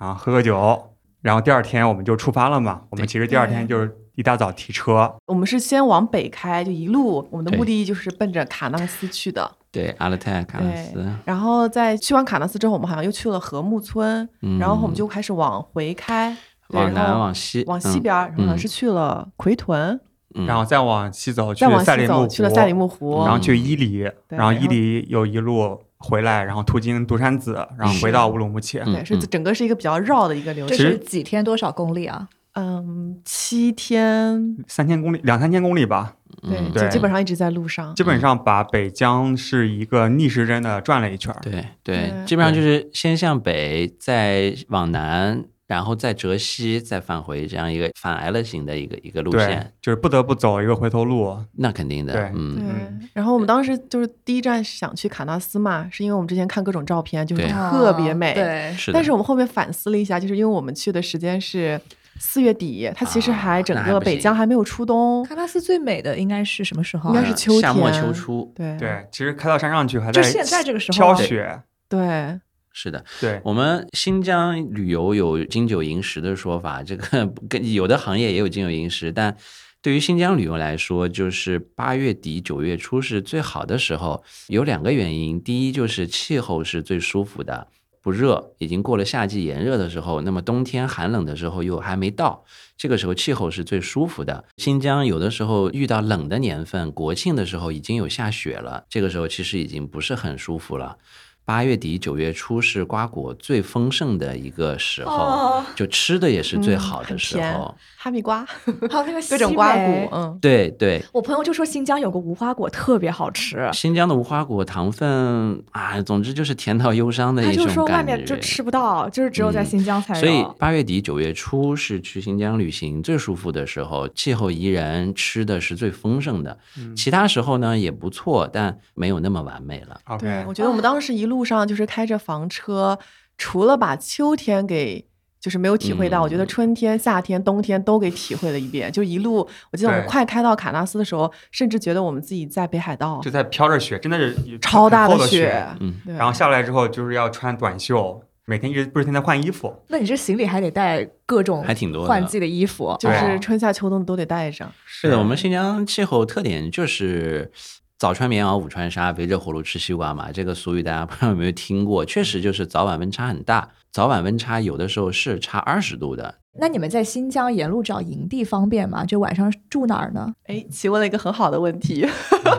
Speaker 2: 后喝喝酒，然后第二天我们就出发了嘛。我们其实第二天就是一大早提车，
Speaker 5: 我们是先往北开，就一路我们的
Speaker 4: 对
Speaker 5: 目的地就是奔着卡纳斯去的。
Speaker 4: 对阿勒泰喀纳斯，
Speaker 5: 然后在去完卡纳斯之后，我们好像又去了禾木村，
Speaker 4: 嗯
Speaker 5: 然后我们就开始往回开，对
Speaker 4: 往
Speaker 5: 然
Speaker 4: 南
Speaker 5: 后
Speaker 4: 往西
Speaker 5: 往西
Speaker 4: 嗯
Speaker 5: 边儿，然后好像
Speaker 4: 嗯
Speaker 5: 是去了奎屯，
Speaker 4: 嗯
Speaker 2: 然后再往西走去
Speaker 5: 再往
Speaker 2: 赛
Speaker 5: 西
Speaker 2: 里
Speaker 5: 走
Speaker 2: 木
Speaker 5: 去了赛里
Speaker 2: 湖，
Speaker 5: 木湖，
Speaker 2: 然后去伊犁，
Speaker 5: 对
Speaker 2: 然后
Speaker 5: 然
Speaker 2: 伊
Speaker 5: 后
Speaker 2: 犁又一路回来，然后途经独山子，然后回到乌鲁木齐。
Speaker 4: 嗯
Speaker 5: 对，是整个是一个比较绕的一个流
Speaker 3: 这
Speaker 5: 程，
Speaker 3: 是几天多少公里啊？
Speaker 5: 嗯，七天，
Speaker 2: 三千公里，两三千公里吧，
Speaker 5: 对，
Speaker 4: 嗯
Speaker 5: 就
Speaker 2: 对
Speaker 5: 基本上一直在路上。
Speaker 2: 基本上把北疆是一个逆时针的转了一圈儿。
Speaker 4: 对对，
Speaker 5: 对
Speaker 4: 基本上就是先向北，再往南，然后再折西，再返回这样一个反 L 型的一个一个路
Speaker 2: 对
Speaker 4: 线，，
Speaker 2: 就是不得不走一个回头路。
Speaker 4: 那肯定的
Speaker 2: 对，
Speaker 4: 嗯，
Speaker 5: 对，然后我们当时就是第一站想去卡纳斯嘛，是因为我们之前看各种照片，就是
Speaker 4: 对
Speaker 5: 特别美。
Speaker 3: 哦对，
Speaker 4: 是的。
Speaker 5: 但是我们后面反思了一下，就是因为我们去的时间是四月底，它其实
Speaker 4: 啊
Speaker 5: 还整
Speaker 4: 那还
Speaker 5: 个
Speaker 4: 不
Speaker 5: 北
Speaker 4: 行
Speaker 5: 疆还没有初冬。
Speaker 3: 喀纳斯最美的应该是什么时候
Speaker 5: 应
Speaker 3: 啊？
Speaker 5: 该是秋
Speaker 4: 夏末
Speaker 5: 天
Speaker 4: 秋初，
Speaker 5: 对
Speaker 2: 对，其实开到山上去还
Speaker 3: 就
Speaker 2: 在
Speaker 3: 现在这个时候
Speaker 2: 挑
Speaker 3: 啊
Speaker 2: 雪，
Speaker 5: 对
Speaker 4: 是的。
Speaker 2: 对，
Speaker 4: 我们新疆旅游有金九银十的说法，这个跟有的行业也有金九银十，但对于新疆旅游来说，就是八月底九月初是最好的时候。有两个原因，第一就是气候是最舒服的，不热，已经过了夏季炎热的时候，那么冬天寒冷的时候又还没到，这个时候气候是最舒服的。新疆有的时候遇到冷的年份，国庆的时候已经有下雪了，这个时候其实已经不是很舒服了。八月底九月初是瓜果最丰盛的一个时候，
Speaker 3: 哦
Speaker 4: 就吃的也是最
Speaker 5: 嗯
Speaker 4: 好的
Speaker 5: 很
Speaker 4: 时
Speaker 5: 甜
Speaker 4: 候。
Speaker 5: 哈密瓜，
Speaker 3: 还有那个
Speaker 5: 各种
Speaker 3: 西
Speaker 5: 瓜
Speaker 3: 梅
Speaker 5: 果，嗯，
Speaker 4: 对对，
Speaker 3: 我朋友就说新疆有个无花果特别好吃，
Speaker 4: 新疆的无花果糖分啊，总之就是甜到忧伤的
Speaker 3: 他
Speaker 4: 一
Speaker 3: 就
Speaker 4: 种
Speaker 3: 说外
Speaker 4: 感觉。
Speaker 3: 面就吃不到，就是只有在
Speaker 4: 嗯
Speaker 3: 新疆才有。
Speaker 4: 所以八月底九月初是去新疆旅行最舒服的时候，气候宜人，吃的是最丰盛的。其他时候呢也不错，但没有那么完美了。
Speaker 2: OK，
Speaker 5: 对，我觉得我们当时一路上就是开着房车，除了把秋天给就是没有体会到，
Speaker 4: 嗯
Speaker 5: 我觉得春天、夏天、冬天都给体会了一遍。就一路，我记得我们
Speaker 2: 对
Speaker 5: 快开到卡纳斯的时候，甚至觉得我们自己在北海道
Speaker 2: 就，在飘着雪，真的是
Speaker 5: 超大
Speaker 2: 很
Speaker 5: 的
Speaker 2: 厚的
Speaker 5: 雪，
Speaker 4: 嗯
Speaker 5: 对，
Speaker 2: 然后下来之后就是要穿短袖，每天一直不是天天换衣服，
Speaker 3: 那你这行李还得带各种
Speaker 4: 还挺多的
Speaker 3: 换季的衣服，
Speaker 5: 就
Speaker 2: 对
Speaker 5: 是春夏秋冬都得带着。
Speaker 4: 是的，我们新疆气候特点就是早穿棉袄，午穿纱，围着火炉吃西瓜嘛。这个俗语大家不知 [laughs] 道有没有听过？确实就是早晚温差很大，早晚温差有的时候是差二十度的。
Speaker 3: 那你们在新疆沿路找营地方便吗？就晚上住哪儿呢？
Speaker 5: 哎，提问了一个很好的问题，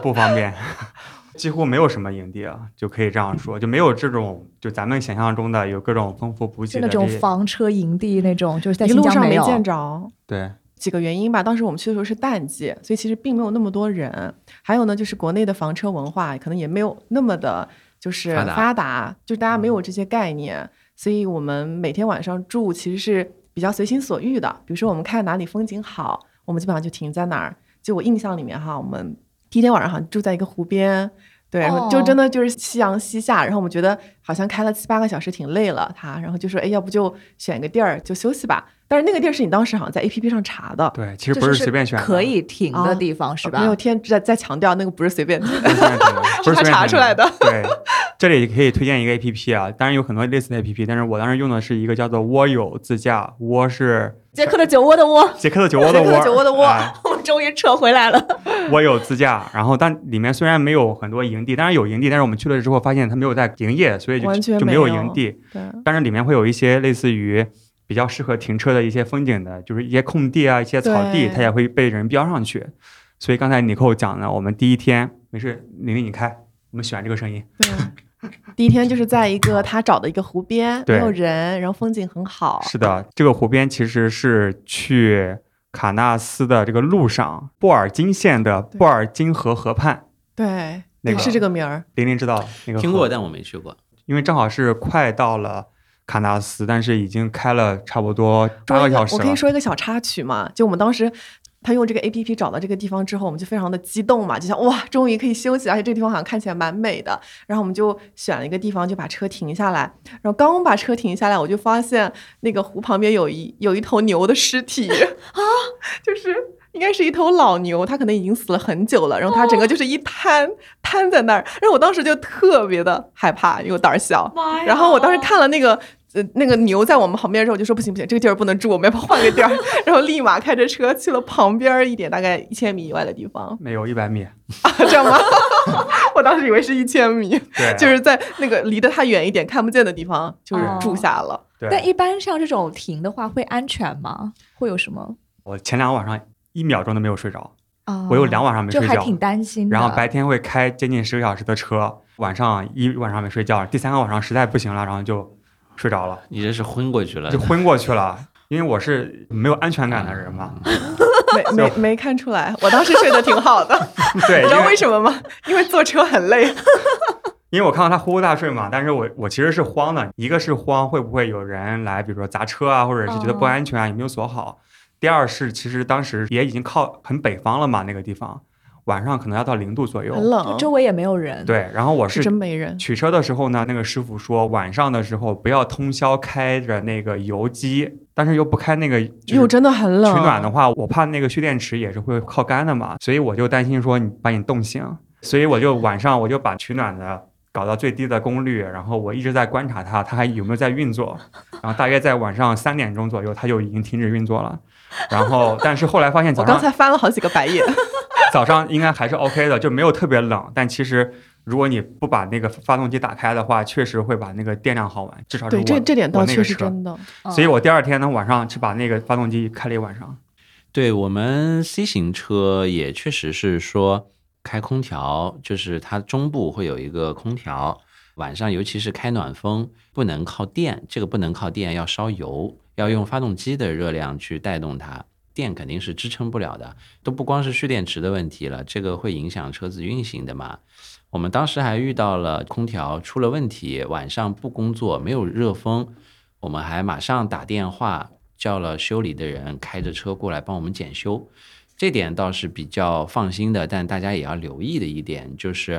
Speaker 2: 不方便， [laughs] 几乎没有什么营地啊，就可以这样说，就没有这种就咱们想象中的有各种丰富补
Speaker 3: 就
Speaker 2: 给
Speaker 3: 那
Speaker 2: 的
Speaker 3: 种
Speaker 2: 这
Speaker 3: 房车营地那种，就是在
Speaker 5: 一
Speaker 3: 新
Speaker 5: 路
Speaker 3: 疆
Speaker 5: 上没
Speaker 3: 有。
Speaker 5: 见着。
Speaker 2: 对
Speaker 5: 几个原因吧。当时我们去的时候是淡季，所以其实并没有那么多人。还有呢，就是国内的房车文化可能也没有那么的，就是
Speaker 4: 发
Speaker 5: 发
Speaker 4: 达嗯
Speaker 5: 达，就是大家没有这些概念，所以我们每天晚上住其实是比较随心所欲的。比如说我们看哪里风景好，我们基本上就停在哪儿。就我印象里面哈，我们第一天晚上好像住在一个湖边。对，然后就
Speaker 3: 哦
Speaker 5: 真的就是夕阳西下，然后我们觉得好像开了七八个小时挺累了，他，然后就说，哎，要不就选个地儿就休息吧。但是那个地儿是你当时好像在 A P P 上查的，
Speaker 2: 对，其实
Speaker 3: 就
Speaker 2: 不
Speaker 3: 是
Speaker 2: 随便选的，
Speaker 3: 可以停的
Speaker 5: 啊
Speaker 3: 地方是吧？
Speaker 5: 没有天在在强调那个不是随便的，
Speaker 2: 不是随便选的，
Speaker 5: [laughs]
Speaker 2: 不是随便
Speaker 5: 他查
Speaker 2: 选
Speaker 5: 出来的。
Speaker 2: 对，这里可以推荐一个 APP 啊，当然有很多类似的 APP，但是我当时用的是一个叫做“窝友自驾”，窝是
Speaker 3: 捷克的酒窝的窝， [laughs]
Speaker 2: 捷克的酒窝的
Speaker 5: 捷克
Speaker 2: 窝，
Speaker 5: 的酒窝的窝
Speaker 2: 哎
Speaker 3: 我们终于扯回来了。
Speaker 2: 我有自驾，然后但里面虽然没有很多营地，当然有营地，但是我们去了之后发现它没有在营业，所以就
Speaker 5: 完全
Speaker 2: 就
Speaker 5: 没
Speaker 2: 有
Speaker 5: 有
Speaker 2: 营地。
Speaker 5: 对，
Speaker 2: 但是里面会有一些类似于比较适合停车的一些风景的，就是一些空地啊、一些草地，
Speaker 5: 对
Speaker 2: 它也会被人标上去。所以刚才你扣讲的，我们第一天没事，玲玲你开，我们喜欢这个声音。
Speaker 5: 对。第一天就是在一个他找的一个湖边，
Speaker 2: 对
Speaker 5: 没有人，然后风景很好，
Speaker 2: 是的，这个湖边其实是去卡纳斯的这个路上，布尔津县的
Speaker 5: 对
Speaker 2: 布尔津河河畔，
Speaker 5: 对，
Speaker 2: 那个
Speaker 5: 是这个名儿，
Speaker 2: 玲玲知道那个
Speaker 4: 听
Speaker 2: 河
Speaker 4: 过，但我没去过。
Speaker 2: 因为正好是快到了喀纳斯，但是已经开了差不多八个小时
Speaker 5: 我
Speaker 2: 了。，
Speaker 5: 可以说一个小插曲嘛，就我们当时。他用这个 A P P 找到这个地方之后，我们就非常的激动嘛，就想哇，终于可以休息，而且这个地方好像看起来蛮美的。然后我们就选了一个地方，就把车停下来。然后刚把车停下来，我就发现那个湖旁边有一有一头牛的尸体啊， [laughs] 就是应该是一头老牛，它可能已经死了很久了。然后它整个就是一摊、摊在那儿，然后我当时就特别的害怕，因为我胆儿小。
Speaker 3: 妈呀
Speaker 5: 然后我当时看了那个呃那个牛在我们旁边之后，我就说不行不行，这个地儿不能住，我们要不要换个 [laughs] 地儿？然后立马开着车去了旁边一点，大概一千米以外的地方 [laughs]
Speaker 2: 没有一百米，
Speaker 5: 这样吗？ [laughs] 我当时以为是一千米，
Speaker 2: 对，
Speaker 5: [laughs] 就是在那个离得它远一点看不见的地方，就是
Speaker 3: 哦
Speaker 5: 住下了。
Speaker 3: 但
Speaker 2: 对。
Speaker 3: 一般像这种停的话，会安全吗？会有什么
Speaker 2: 我前两个晚上一秒钟都没有睡着，
Speaker 3: 啊？
Speaker 2: 我有两晚上没
Speaker 3: 就
Speaker 2: 睡
Speaker 3: 还
Speaker 2: 觉，
Speaker 3: 挺担心的。
Speaker 2: 然后白天会开接近十个小时的车，晚上一晚上没睡觉，第三个晚上实在不行了，然后就睡着了，
Speaker 4: 你这是昏过去了
Speaker 2: 就，昏过去了。因为我是没有安全感的人嘛，
Speaker 5: 没没没看出来，我当时睡得挺好
Speaker 2: 哎
Speaker 5: 的，
Speaker 2: [laughs] 对，
Speaker 5: 你
Speaker 2: 因
Speaker 5: 知道为
Speaker 2: 为
Speaker 5: 什么吗？因为坐车很
Speaker 2: 哎
Speaker 5: 累。
Speaker 2: 因为我看到他呼呼大睡嘛，但是我我其实是慌的，一个是慌会不会有人来，比如说砸车啊，或者是觉得不
Speaker 3: 哦
Speaker 2: 安全啊，有没有锁好。第二是其实当时也已经靠很北方了嘛，那个地方晚上可能要到零度左右
Speaker 5: 很，冷，
Speaker 3: 周围也没有人。
Speaker 2: 对。然后我是
Speaker 5: 是真没人。
Speaker 2: 取车的时候呢，那个师傅说晚上的时候不要通宵开着那个油机，但是又不开那个就是
Speaker 5: 又哎真的很
Speaker 2: 取
Speaker 5: 冷，
Speaker 2: 暖的话，我怕那个蓄电池也是会靠干的嘛，所以我就担心说你把你冻醒，所以我就晚上我就把取暖的。搞到最低的功率，然后我一直在观察它，它还有没有在运作。然后大约在晚上三点钟左右，它就已经停止运作了。然后，但是后来发现
Speaker 5: 我
Speaker 2: 早上
Speaker 5: 刚才翻了好几个
Speaker 2: [laughs]
Speaker 5: 白眼。
Speaker 2: 早上应该还是 OK 的，就没有特别冷。但其实如果你不把那个发动机打开的话，确实会把那个电量耗完，至少是
Speaker 5: 对，
Speaker 2: 我。
Speaker 5: 这这点
Speaker 2: 我
Speaker 5: 倒
Speaker 2: 那
Speaker 5: 确
Speaker 2: 个
Speaker 5: 实
Speaker 2: 车
Speaker 5: 真的。
Speaker 3: 嗯
Speaker 2: 所以我第二天呢晚上去把那个发动机开了一晚上。
Speaker 4: 对我们 C 型车也确实是说开空调，就是它中部会有一个空调，晚上尤其是开暖风不能靠电，这个不能靠电，要烧油，要用发动机的热量去带动它，电肯定是支撑不了的，都不光是蓄电池的问题了，这个会影响车子运行的嘛。我们当时还遇到了空调出了问题，晚上不工作，没有热风，我们还马上打电话叫了修理的人开着车过来帮我们检修，这点倒是比较放心的。但大家也要留意的一点就是，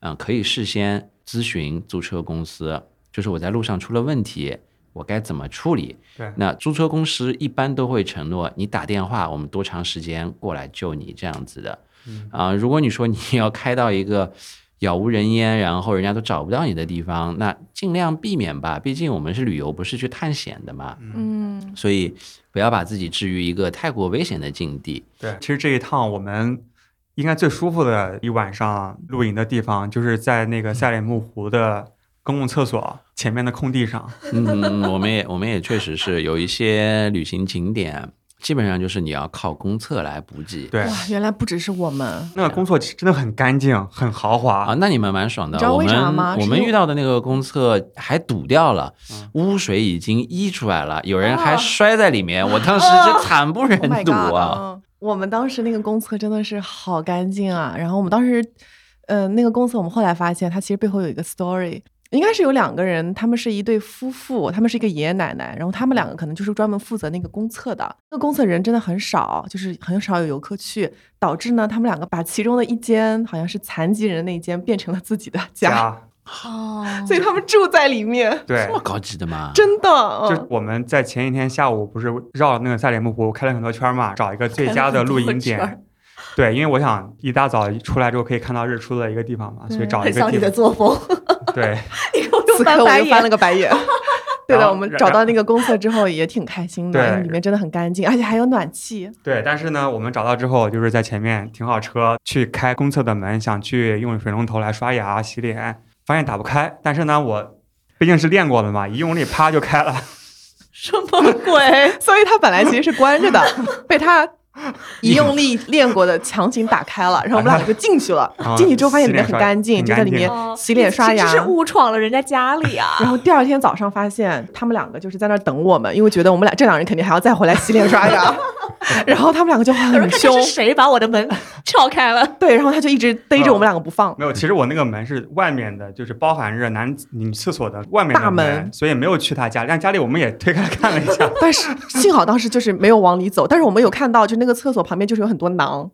Speaker 4: 呃嗯、可以事先咨询租车公司，就是我在路上出了问题，我该怎么处理？
Speaker 2: 对
Speaker 4: 那租车公司一般都会承诺你打电话，我们多长时间过来救你这样子的。
Speaker 2: 嗯
Speaker 4: 啊、如果你说你要开到一个杳无人烟，然后人家都找不到你的地方，那尽量避免吧。毕竟我们是旅游，不是去探险的嘛。
Speaker 5: 嗯，
Speaker 4: 所以不要把自己置于一个太过危险的境地。
Speaker 2: 对，其实这一趟我们应该最舒服的一晚上露营的地方，就是在那个赛里木湖的公共厕所前面的空地 [laughs] 上。
Speaker 4: 嗯，我们也我们也确实是有一些旅行景点，基本上就是你要靠公厕来补给。
Speaker 2: 对，
Speaker 5: 哇，原来不只是我们，
Speaker 2: 那个公厕其实真的很干净，很豪
Speaker 4: 啊，
Speaker 2: 华。
Speaker 4: 那你们蛮爽的。
Speaker 5: 你知道为啥
Speaker 4: 我们
Speaker 5: 吗
Speaker 4: 我
Speaker 5: 是
Speaker 4: 们
Speaker 5: 因为
Speaker 4: 遇到的那个公厕还堵掉了，污水已经溢出来了，有人还
Speaker 3: 哦
Speaker 4: 摔在里面，我当时
Speaker 3: 哦
Speaker 4: 这惨不忍
Speaker 5: 啊 [laughs] Oh my
Speaker 4: 睹
Speaker 5: god！
Speaker 4: 啊！
Speaker 5: 嗯我们当时那个公厕真的是好干净啊！然后我们当时，呃，那个公厕我们后来发现，它其实背后有一个 story，应该是有两个人，他们是一对夫妇，他们是一个爷爷奶奶，然后他们两个可能就是专门负责那个公厕的。那公厕人真的很少，就是很少有游客去，导致呢，他们两个把其中的一间好像是残疾人那一间变成了自己的家，
Speaker 2: [laughs] 家
Speaker 3: 哦，
Speaker 5: [laughs] 所以他们住在里面，
Speaker 2: [laughs] 对
Speaker 4: 这，么高级的吗？
Speaker 5: 真的，
Speaker 2: 就是
Speaker 5: 嗯
Speaker 2: 我们在前一天下午不是绕那个赛里木湖开了很多圈嘛，找一个最佳的露营 [laughs]
Speaker 5: 开了很
Speaker 2: 点。对，因为我想一大早出来之后可以看到日出的一个地方嘛，所以找一
Speaker 3: 很
Speaker 2: 个
Speaker 3: 像
Speaker 2: 地
Speaker 3: 你的
Speaker 2: 方。
Speaker 3: 作 [laughs] 风，
Speaker 2: 对，
Speaker 3: 你 [laughs] 给我
Speaker 5: 此
Speaker 3: 翻
Speaker 5: 刻我
Speaker 3: 白
Speaker 5: 又 [laughs] 翻了
Speaker 3: 眼。
Speaker 5: 个白眼。对
Speaker 2: 然
Speaker 5: 的，
Speaker 2: 后
Speaker 5: 我们
Speaker 2: 然
Speaker 5: 找
Speaker 2: 然
Speaker 5: 到那个公厕之后也挺开心的，
Speaker 2: 对
Speaker 5: 因为里面真的很干净，而且还有
Speaker 3: [laughs]
Speaker 5: 暖气。
Speaker 2: 对，但是呢，我们找到之后，就是在前面停好车，去开公厕的门，想去用水龙头来刷牙、洗脸，发现打不开。但是呢，我毕竟是练过的嘛，一用力啪就开了。 [laughs]
Speaker 3: 什么鬼？
Speaker 5: 所以它本来其实是
Speaker 2: [laughs]
Speaker 5: 关着的，被他一用力练过的强行打开了，然后我们俩就进去了
Speaker 2: [laughs] 啊。
Speaker 5: 进去之后发现里面
Speaker 2: 洗脸
Speaker 5: 很
Speaker 2: 刷
Speaker 5: 干净，
Speaker 2: 很
Speaker 5: 就在里
Speaker 2: 干净
Speaker 5: 面
Speaker 3: 哦
Speaker 5: [laughs] 洗脸
Speaker 3: 你
Speaker 5: 刷
Speaker 3: 其
Speaker 5: 牙
Speaker 3: 实。 [laughs] 是误闯了人家家里啊！
Speaker 5: 然后第二天早上发现他们两个就是在那儿等我们，因为觉得我们俩这两人肯定还要再回来洗脸
Speaker 2: [laughs]
Speaker 5: 刷牙。然后他们两个就
Speaker 3: 我说
Speaker 5: 很
Speaker 3: 看这
Speaker 5: 凶，
Speaker 3: 是谁把我的
Speaker 5: [laughs]
Speaker 3: 门撬开了？
Speaker 5: 对，然后他就一直逮
Speaker 2: 哦
Speaker 5: 着我们两个不放。
Speaker 2: 没有，其实我那个门是外面的，就是包含着男女厕所的外面的
Speaker 5: 大门
Speaker 2: 所以没有去他家。但家里我们也推开了看了一下，
Speaker 5: 但是幸好当时就是没有往里走，但是我们有看到，就那个厕所旁边就是有很多囊，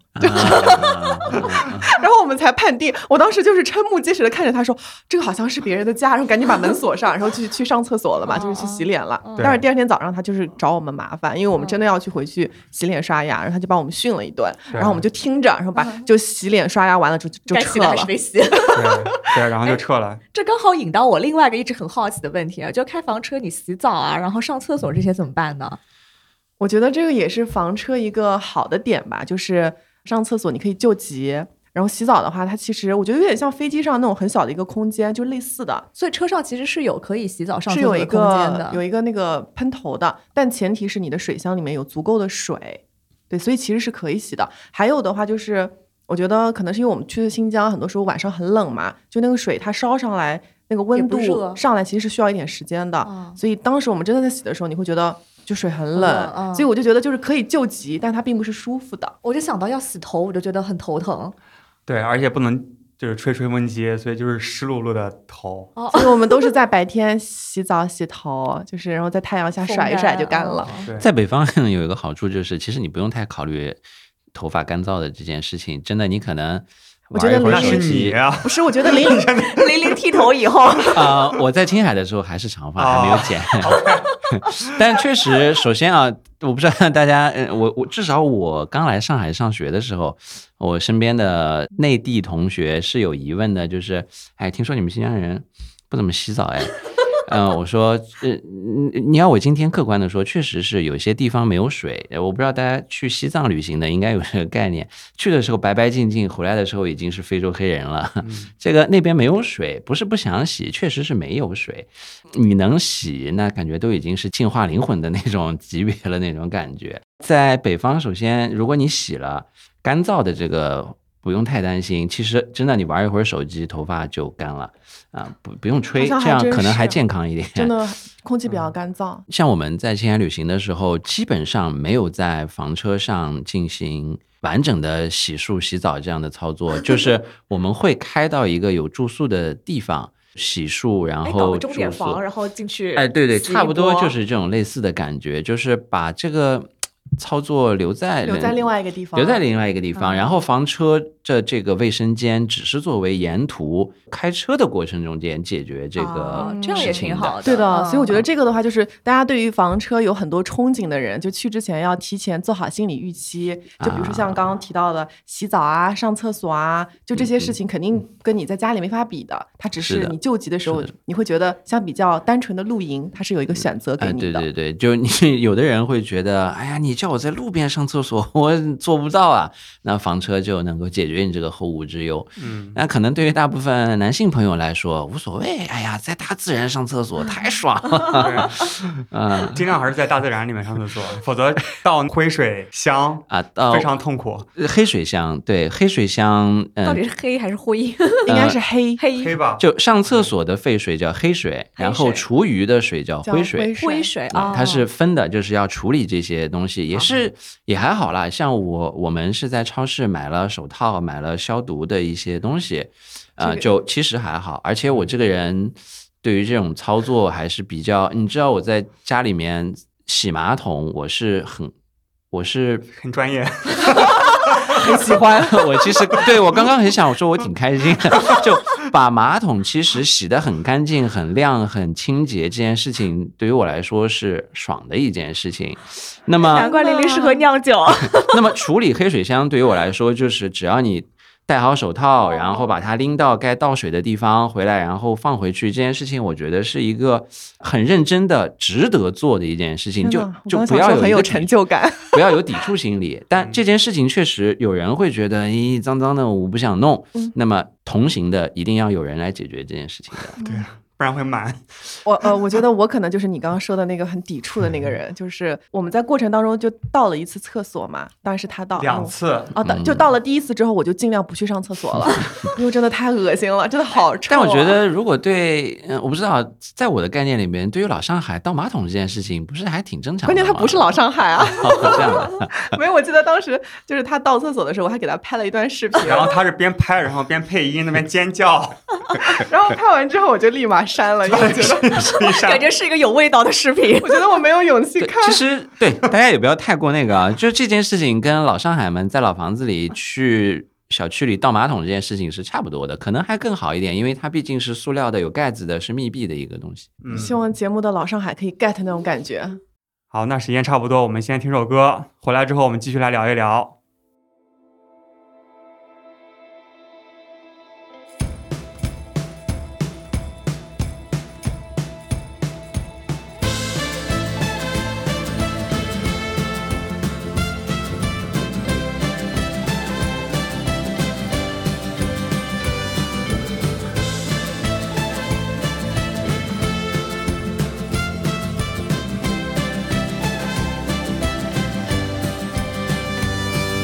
Speaker 4: 啊 [laughs]
Speaker 5: 然后我们才判定，我当时就是瞠目结舌的看着他说，这个好像是别人的家，然后赶紧把门锁上，然后去去上厕所了嘛，就是去洗脸了
Speaker 3: 嗯。
Speaker 5: 但是第二天早上他就是找我们麻烦，因为我们真的要去回去洗脸刷牙，然后他就把我们训了一顿，
Speaker 2: 对
Speaker 5: 然后我们就听着，然后把
Speaker 3: 嗯
Speaker 5: 就洗脸刷牙完了就就就
Speaker 3: 该洗
Speaker 5: 撤
Speaker 3: 的
Speaker 5: 了
Speaker 3: 还。是没洗。 [laughs]
Speaker 2: 对对，然后就撤了。
Speaker 3: 这刚好引到我另外一个一直很好奇的问题啊，就开房车你洗澡啊，然后上厕所这些怎么办呢？
Speaker 5: 我觉得这个也是房车一个好的点吧，就是上厕所你可以救急。然后洗澡的话，它其实我觉得有点像飞机上那种很小的一个空间，就类似的，
Speaker 3: 所以车上其实是有可以洗澡上
Speaker 5: 是
Speaker 3: 厕
Speaker 5: 有
Speaker 3: 所
Speaker 5: 一
Speaker 3: 的空间
Speaker 5: 个有
Speaker 3: 的。
Speaker 5: 一个那个喷头的，但前提是你的水箱里面有足够的水，对，所以其实是可以洗的。还有的话就是，我觉得可能是因为我们去的新疆，很多时候晚上很冷嘛，就那个水它烧上来那个温
Speaker 3: 也不
Speaker 5: 度
Speaker 3: 热
Speaker 5: 上来，其实是需要一点时间的。
Speaker 3: 嗯
Speaker 5: 所以当时我们真的在洗的时候，你会觉得就水很冷，
Speaker 3: 冷嗯
Speaker 5: 所以我就觉得就是可以救急，但它并不是舒服的。
Speaker 3: 我就想到要洗头，我就觉得很头疼。
Speaker 2: 对，而且不能就是吹吹风机，所以就是湿漉漉的头。
Speaker 5: 所以我们都是在白天洗澡、洗头，就是然后在太阳下甩一甩就干了。 [laughs]
Speaker 3: 风干。嗯
Speaker 2: 对，
Speaker 4: 在北方有一个好处就是，其实你不用太考虑头发干燥的这件事情，真的，你可能
Speaker 5: 我觉得
Speaker 4: 玩一会
Speaker 2: 那
Speaker 4: 儿
Speaker 5: 林
Speaker 4: 手
Speaker 2: 是你
Speaker 4: 机。
Speaker 2: 啊，
Speaker 5: 不是，我
Speaker 4: [laughs]
Speaker 5: 觉得淋漓
Speaker 3: 嗯零零剃头以后，
Speaker 4: 啊、我在青海的时候还是长发，还没有剪。 [laughs] 但确实，首先啊，我不知道大家，呃我我至少我刚来上海上学的时候，我身边的内地同学是有疑问的，就是，哎，听说你们新疆人不怎么洗澡，哎。嗯，我说，呃，你你要我今天客观的说，确实是有些地方没有水。呃我不知道大家去西藏旅行的应该有这个概念，去的时候白白净净，回来的时候已经是非洲黑人了。 [laughs] 这个那边没有水，不是不想洗，确实是没有水。你能洗，那感觉都已经是净化灵魂的那种级别了，那种感觉。在北方，首先如果你洗了，干燥的这个不用太担心。其实真的，你玩一会儿手机，头发就干了啊，不不用吹，
Speaker 5: 好像还
Speaker 4: 这样
Speaker 5: 真
Speaker 4: 可能还
Speaker 5: 是
Speaker 4: 健康一
Speaker 5: [laughs]
Speaker 4: 点。
Speaker 5: 真的空气比
Speaker 4: 嗯
Speaker 5: 较干燥。
Speaker 4: 像我们在青海旅行的时候，基本上没有在房车上进行完整的洗漱、洗澡这样的操
Speaker 3: [laughs]
Speaker 4: 作，就是我们会开到一个有住宿的地方洗漱，然
Speaker 3: 哎，搞
Speaker 4: 后
Speaker 3: 个
Speaker 4: 住
Speaker 3: 钟点
Speaker 4: 宿哎
Speaker 3: 房，。然后进去。
Speaker 4: 哎，对对，
Speaker 3: 洗一
Speaker 4: 差不多
Speaker 3: 波
Speaker 4: 就是这种类似的感觉，就是把这个操作留在
Speaker 5: 留在另外一个地方，
Speaker 4: 留在另外一个地
Speaker 3: 嗯
Speaker 4: 方，然后房车的这个卫生间只是作为沿途开车的过程中间解决这个
Speaker 3: 哦
Speaker 4: 事情的。
Speaker 3: 这样也挺好的，
Speaker 5: 对的，
Speaker 3: 嗯
Speaker 5: 所以我觉得这个的话，就是大家对于房车有很多憧憬的人，就去之前要提前做好心理预期。就比如
Speaker 4: 啊
Speaker 5: 说像刚刚提到的洗澡啊、上厕所啊，就这些事情肯定跟你在家里没法比的。它只
Speaker 4: 嗯是
Speaker 5: 是
Speaker 4: 的
Speaker 5: 你救急的时候
Speaker 4: 是的，
Speaker 5: 你会觉得相比较单纯的露营，它是有一个选择给
Speaker 4: 哎，
Speaker 5: 你
Speaker 4: 对
Speaker 5: 的。
Speaker 4: 对对，就你 [laughs] 有的人会觉得，哎呀，你叫我在路边上厕所， [laughs] 我做不到啊。那房车就能够解决你这个后顾之忧。
Speaker 2: 嗯，
Speaker 4: 那可能对于大部分男性朋友来说无所谓，哎呀，在大自然上厕所太爽
Speaker 2: [laughs]
Speaker 4: 了。嗯
Speaker 2: 尽量还是在大自然里面上厕所，否则到灰水乡
Speaker 4: 啊，到呃
Speaker 2: 非常痛苦。
Speaker 4: 黑水乡，对黑水乡，
Speaker 3: 到
Speaker 4: 嗯，
Speaker 3: 底是黑还是灰？ [laughs]
Speaker 5: 应该
Speaker 4: 呃
Speaker 5: 是黑
Speaker 2: 黑
Speaker 3: 黑
Speaker 2: 吧，
Speaker 4: 就上厕所的废水叫黑水，
Speaker 3: 黑
Speaker 4: 然后
Speaker 3: 水
Speaker 4: 厨余的水叫
Speaker 5: 叫
Speaker 4: 灰水。
Speaker 3: 灰水
Speaker 4: 啊
Speaker 3: 啊，，
Speaker 4: 它
Speaker 5: 哦
Speaker 4: 是分的，就是要处理这些东西，也
Speaker 3: 啊
Speaker 4: 是也还好啦。像我我们是在超市买了手套，买了消毒的一些东西，
Speaker 5: 这
Speaker 4: 呃，
Speaker 5: 个嗯
Speaker 4: 就其实还好。而且我这个人对于这种操作还是比较，你知道我在家里面洗马桶，我是很我是
Speaker 2: 很专业。
Speaker 4: 很喜欢。 [laughs] 我其实对我刚刚很想，我说我挺开心的，就把马桶其实洗得很干净、很亮、很清洁这件事情，对于我来说是爽的一件事情。那么
Speaker 5: [laughs]
Speaker 3: 难，怪玲玲
Speaker 5: 啊
Speaker 3: 适合酿酒。
Speaker 4: 那么处理黑水箱对于我来说，就是只要你。戴好手
Speaker 5: 哦
Speaker 4: 套，然后把它拎到该倒水的地方回来，然后放回去。这件事情，我觉得是一个很认真的、值得做的一件事情。
Speaker 5: 天
Speaker 4: 就
Speaker 5: 哪我
Speaker 4: 就
Speaker 5: 刚
Speaker 4: 不
Speaker 5: 想
Speaker 4: 要
Speaker 5: 说
Speaker 4: 有
Speaker 5: 很
Speaker 4: 一
Speaker 5: 有
Speaker 4: 个
Speaker 5: 成
Speaker 4: [laughs]
Speaker 5: 就感。
Speaker 4: 不要有抵触心理。
Speaker 5: 嗯
Speaker 4: 但这件事情确实有人会觉得，咦，脏脏的，我不想弄。
Speaker 5: 嗯
Speaker 4: 那么同行的一定要有人来解决这件事情的。
Speaker 5: 嗯
Speaker 2: 不然会满。
Speaker 5: 我呃，我觉得我可能就是你刚刚说的那个很抵触的
Speaker 4: 嗯
Speaker 5: 那个人，就是我们在过程当中就到了一次厕所嘛，当然是他到
Speaker 2: 两
Speaker 5: 嗯
Speaker 2: 次，
Speaker 5: 啊，到就到了第一次之后，我就尽量不去上厕所
Speaker 4: [laughs]
Speaker 5: 了，因为真的太恶心了，真的好臭、啊
Speaker 4: 但我觉，得，如果对，嗯，我不知道，在我的概念里面，对于老上海倒马桶这件事情，不是还挺正常的
Speaker 5: 关
Speaker 4: 吗？
Speaker 5: 键他不是老上
Speaker 4: [laughs]
Speaker 5: 海啊，
Speaker 4: 哦这样
Speaker 5: [laughs]
Speaker 4: 的，
Speaker 5: 没有，我记得当时就是他到厕所的时候，我还给他拍了一段视频，
Speaker 2: 然后他是边拍然后边配音，那边尖叫，
Speaker 5: 然后拍完之后我就立马删了，因为我觉得
Speaker 2: 是一
Speaker 5: 啊
Speaker 2: 扇
Speaker 3: 感觉是一个有味道的视频
Speaker 5: 我。觉得我没有勇气
Speaker 4: 对
Speaker 5: 看，，
Speaker 4: 其实对大家也不要太过那个啊，就是这件事情跟老上海们在老房子里去。小区里倒马桶这件事情是差不多的，可能还更好一点，因为它毕竟是塑料的、有盖子的、是密闭的一个东西。
Speaker 2: 嗯，
Speaker 5: 希望节目的老上海可以 get 那种感觉。
Speaker 2: 好，那时间差不多，我们先听首歌，回来之后我们继续来聊一聊。
Speaker 1: 「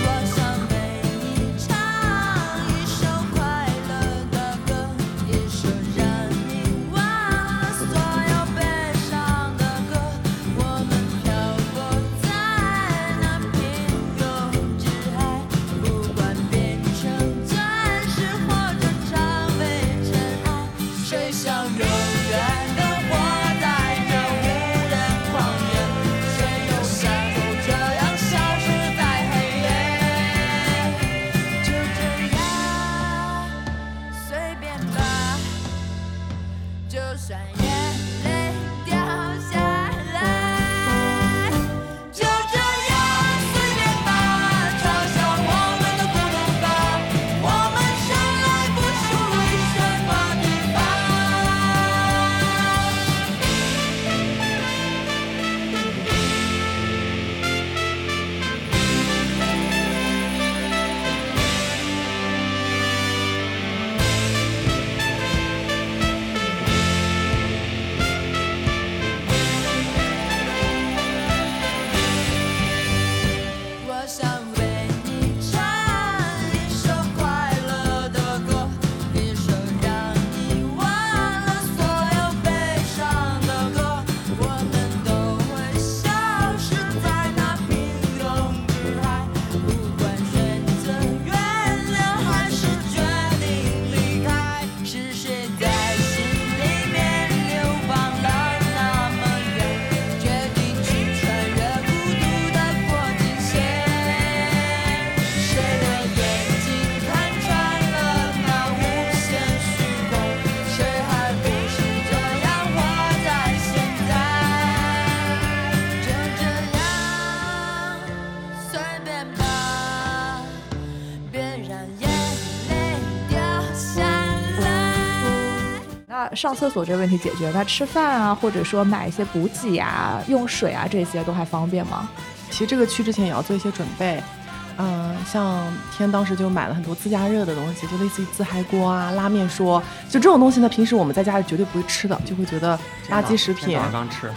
Speaker 3: 上厕所这个问题解决，那吃饭啊，或者说买一些补给啊、用水啊这些都还方便吗？
Speaker 5: 其实这个去之前也要做一些准备，嗯、像天当时就买了很多自加热的东西，就类似于自嗨锅啊、拉面说，就这种东西呢，平时我们在家里绝对不会吃的，就会觉得垃圾食
Speaker 2: 今天
Speaker 5: 品
Speaker 2: 早上刚吃，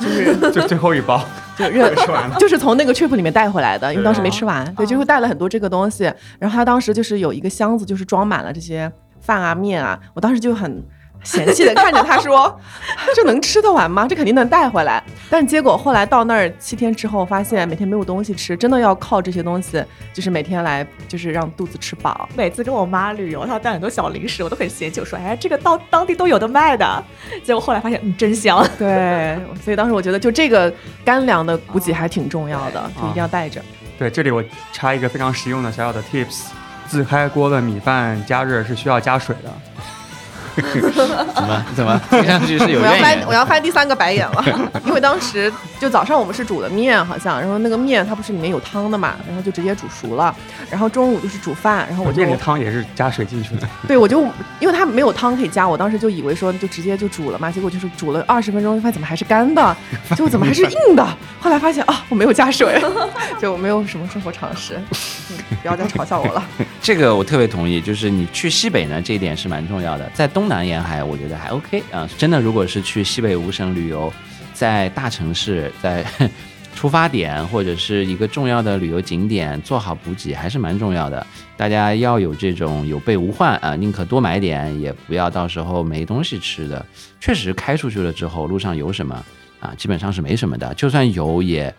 Speaker 5: 就是
Speaker 2: 就最后一包
Speaker 5: 就热。
Speaker 2: 吃完了。
Speaker 5: 就是从那个 trip 里面带回来的，因为当时没吃完，对，
Speaker 3: 哦
Speaker 5: 啊就会带了很多这个东西。然后他当时就是有一个箱子，就是装满了这些饭啊、面啊。我当时就很嫌弃的看着他说：“ [laughs] 这能吃得完吗？这肯定能带回来。”但结果后来到那儿七天之后，发现每天没有东西吃，真的要靠这些东西，就是每天来，就是让肚子吃饱。
Speaker 3: 每次跟我妈旅游，她带很多小零食，我都很嫌弃，我说哎，这个到当地都有的卖的。结果后来发现，嗯，真香。
Speaker 5: 对， [laughs] 所以当时我觉得就这个干粮的补给还挺重要的，就一定要带着。
Speaker 2: 对，这里我插一个非常实用的小小的 tips：自开锅的米饭加热是需要加水的。
Speaker 4: 怎么怎么听上去是有
Speaker 5: 我要
Speaker 4: 怨
Speaker 5: 翻
Speaker 2: 啊
Speaker 4: 言
Speaker 5: 我
Speaker 4: 的？
Speaker 5: 要翻第三个白眼了，因为当时就早上我们是煮的面，好像，然后那个面它不是里面有汤的嘛，然后就直接煮熟了，然后中午就是煮饭，然后我就
Speaker 2: 面里汤也是加水进去的。
Speaker 5: 对我就因为它没有汤可以加，我当时就以为说就直接就煮了嘛，结果就是煮了二十分钟，发现怎么还是干的，结果怎么还是硬的，后来发现啊我没有加水， [laughs] 就没有什么生活常识，
Speaker 2: [laughs]
Speaker 5: 嗯不要再嘲笑我了。
Speaker 4: 这个我特别同意，就是你去西北呢，这一点是蛮重要的。在东南沿海，我觉得还 OK 啊、真的，如果是去西北五省旅游，在大城市，在出发点或者是一个重要的旅游景点，做好补给还是蛮重要的。大家要有这种有备无患啊、宁可多买点，也不要到时候没东西吃的。确实，开出去了之后，路上有什么啊、基本上是没什么的。就算有，也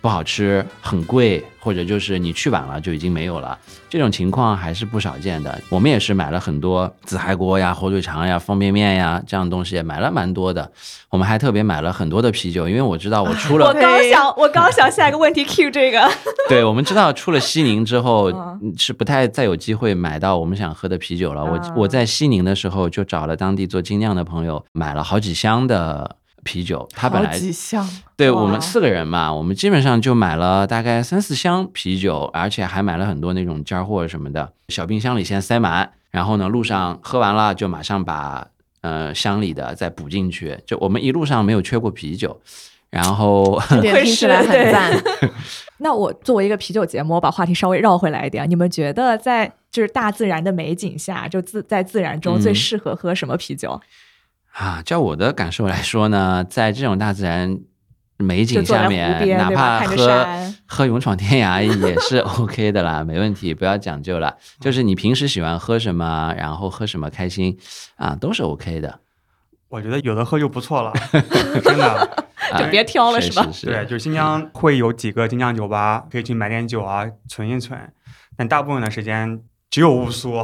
Speaker 4: 不好吃，很贵，或者就是你去晚了就已经没有了。这种情况还是不少见的。我们也是买了很多紫海锅呀、火腿肠呀、方便面呀这样的东西，也买了蛮多的。我们还特别买了很多的啤酒，因为我知道我出
Speaker 3: 我
Speaker 4: 了，
Speaker 3: 刚想，我刚想下一个问题 Q 这个，
Speaker 4: 对我们知道出了西宁之后
Speaker 3: 嗯
Speaker 4: 嗯是不太再有机会买到我们想喝的啤酒了。
Speaker 3: 啊
Speaker 4: 我我在西宁的时候就找了当地做精酿的朋友，买了好几箱的啤酒。他本
Speaker 5: 好
Speaker 4: 来
Speaker 5: 几项，
Speaker 4: 对
Speaker 3: 哇
Speaker 4: 我们四个人嘛，我们基本上就买了大概三四箱啤酒，而且还买了很多那种尖儿货什么的，小冰箱里先塞满，然后呢，路上喝完了就马上把呃箱里的再补进去，就我们一路上没有缺过啤酒。然后
Speaker 5: 这点
Speaker 3: 愧
Speaker 5: 听起
Speaker 3: 是
Speaker 5: 来很
Speaker 3: 对
Speaker 5: 赞。
Speaker 3: 那我作为一个啤酒节目，我把话题稍微绕回来一点，你们觉得在就是大自然的美景下，就自在自然中
Speaker 4: 嗯
Speaker 3: 最适合喝什么啤酒？
Speaker 4: 啊，照我的感受来说呢，在这种大自然美景
Speaker 3: 就坐在
Speaker 4: 下
Speaker 3: 湖
Speaker 4: 面，
Speaker 3: 边
Speaker 4: 哪
Speaker 3: 对吧
Speaker 4: 怕
Speaker 3: 看着
Speaker 4: 喝
Speaker 3: 山
Speaker 4: 喝勇闯天涯也是 [laughs] OK 的啦，没问题，不要讲究了。就是你平时喜欢喝什么，然后喝什么开心啊，都是 OK 的。
Speaker 2: 我觉得有的喝就不错了，真的。
Speaker 4: 啊、
Speaker 3: 就别挑了
Speaker 4: 是
Speaker 3: 是吧
Speaker 4: 是是
Speaker 2: 对，就是新疆会有几个精酿酒吧，可以去买点酒啊，存一存。但大部分的时间只有乌苏，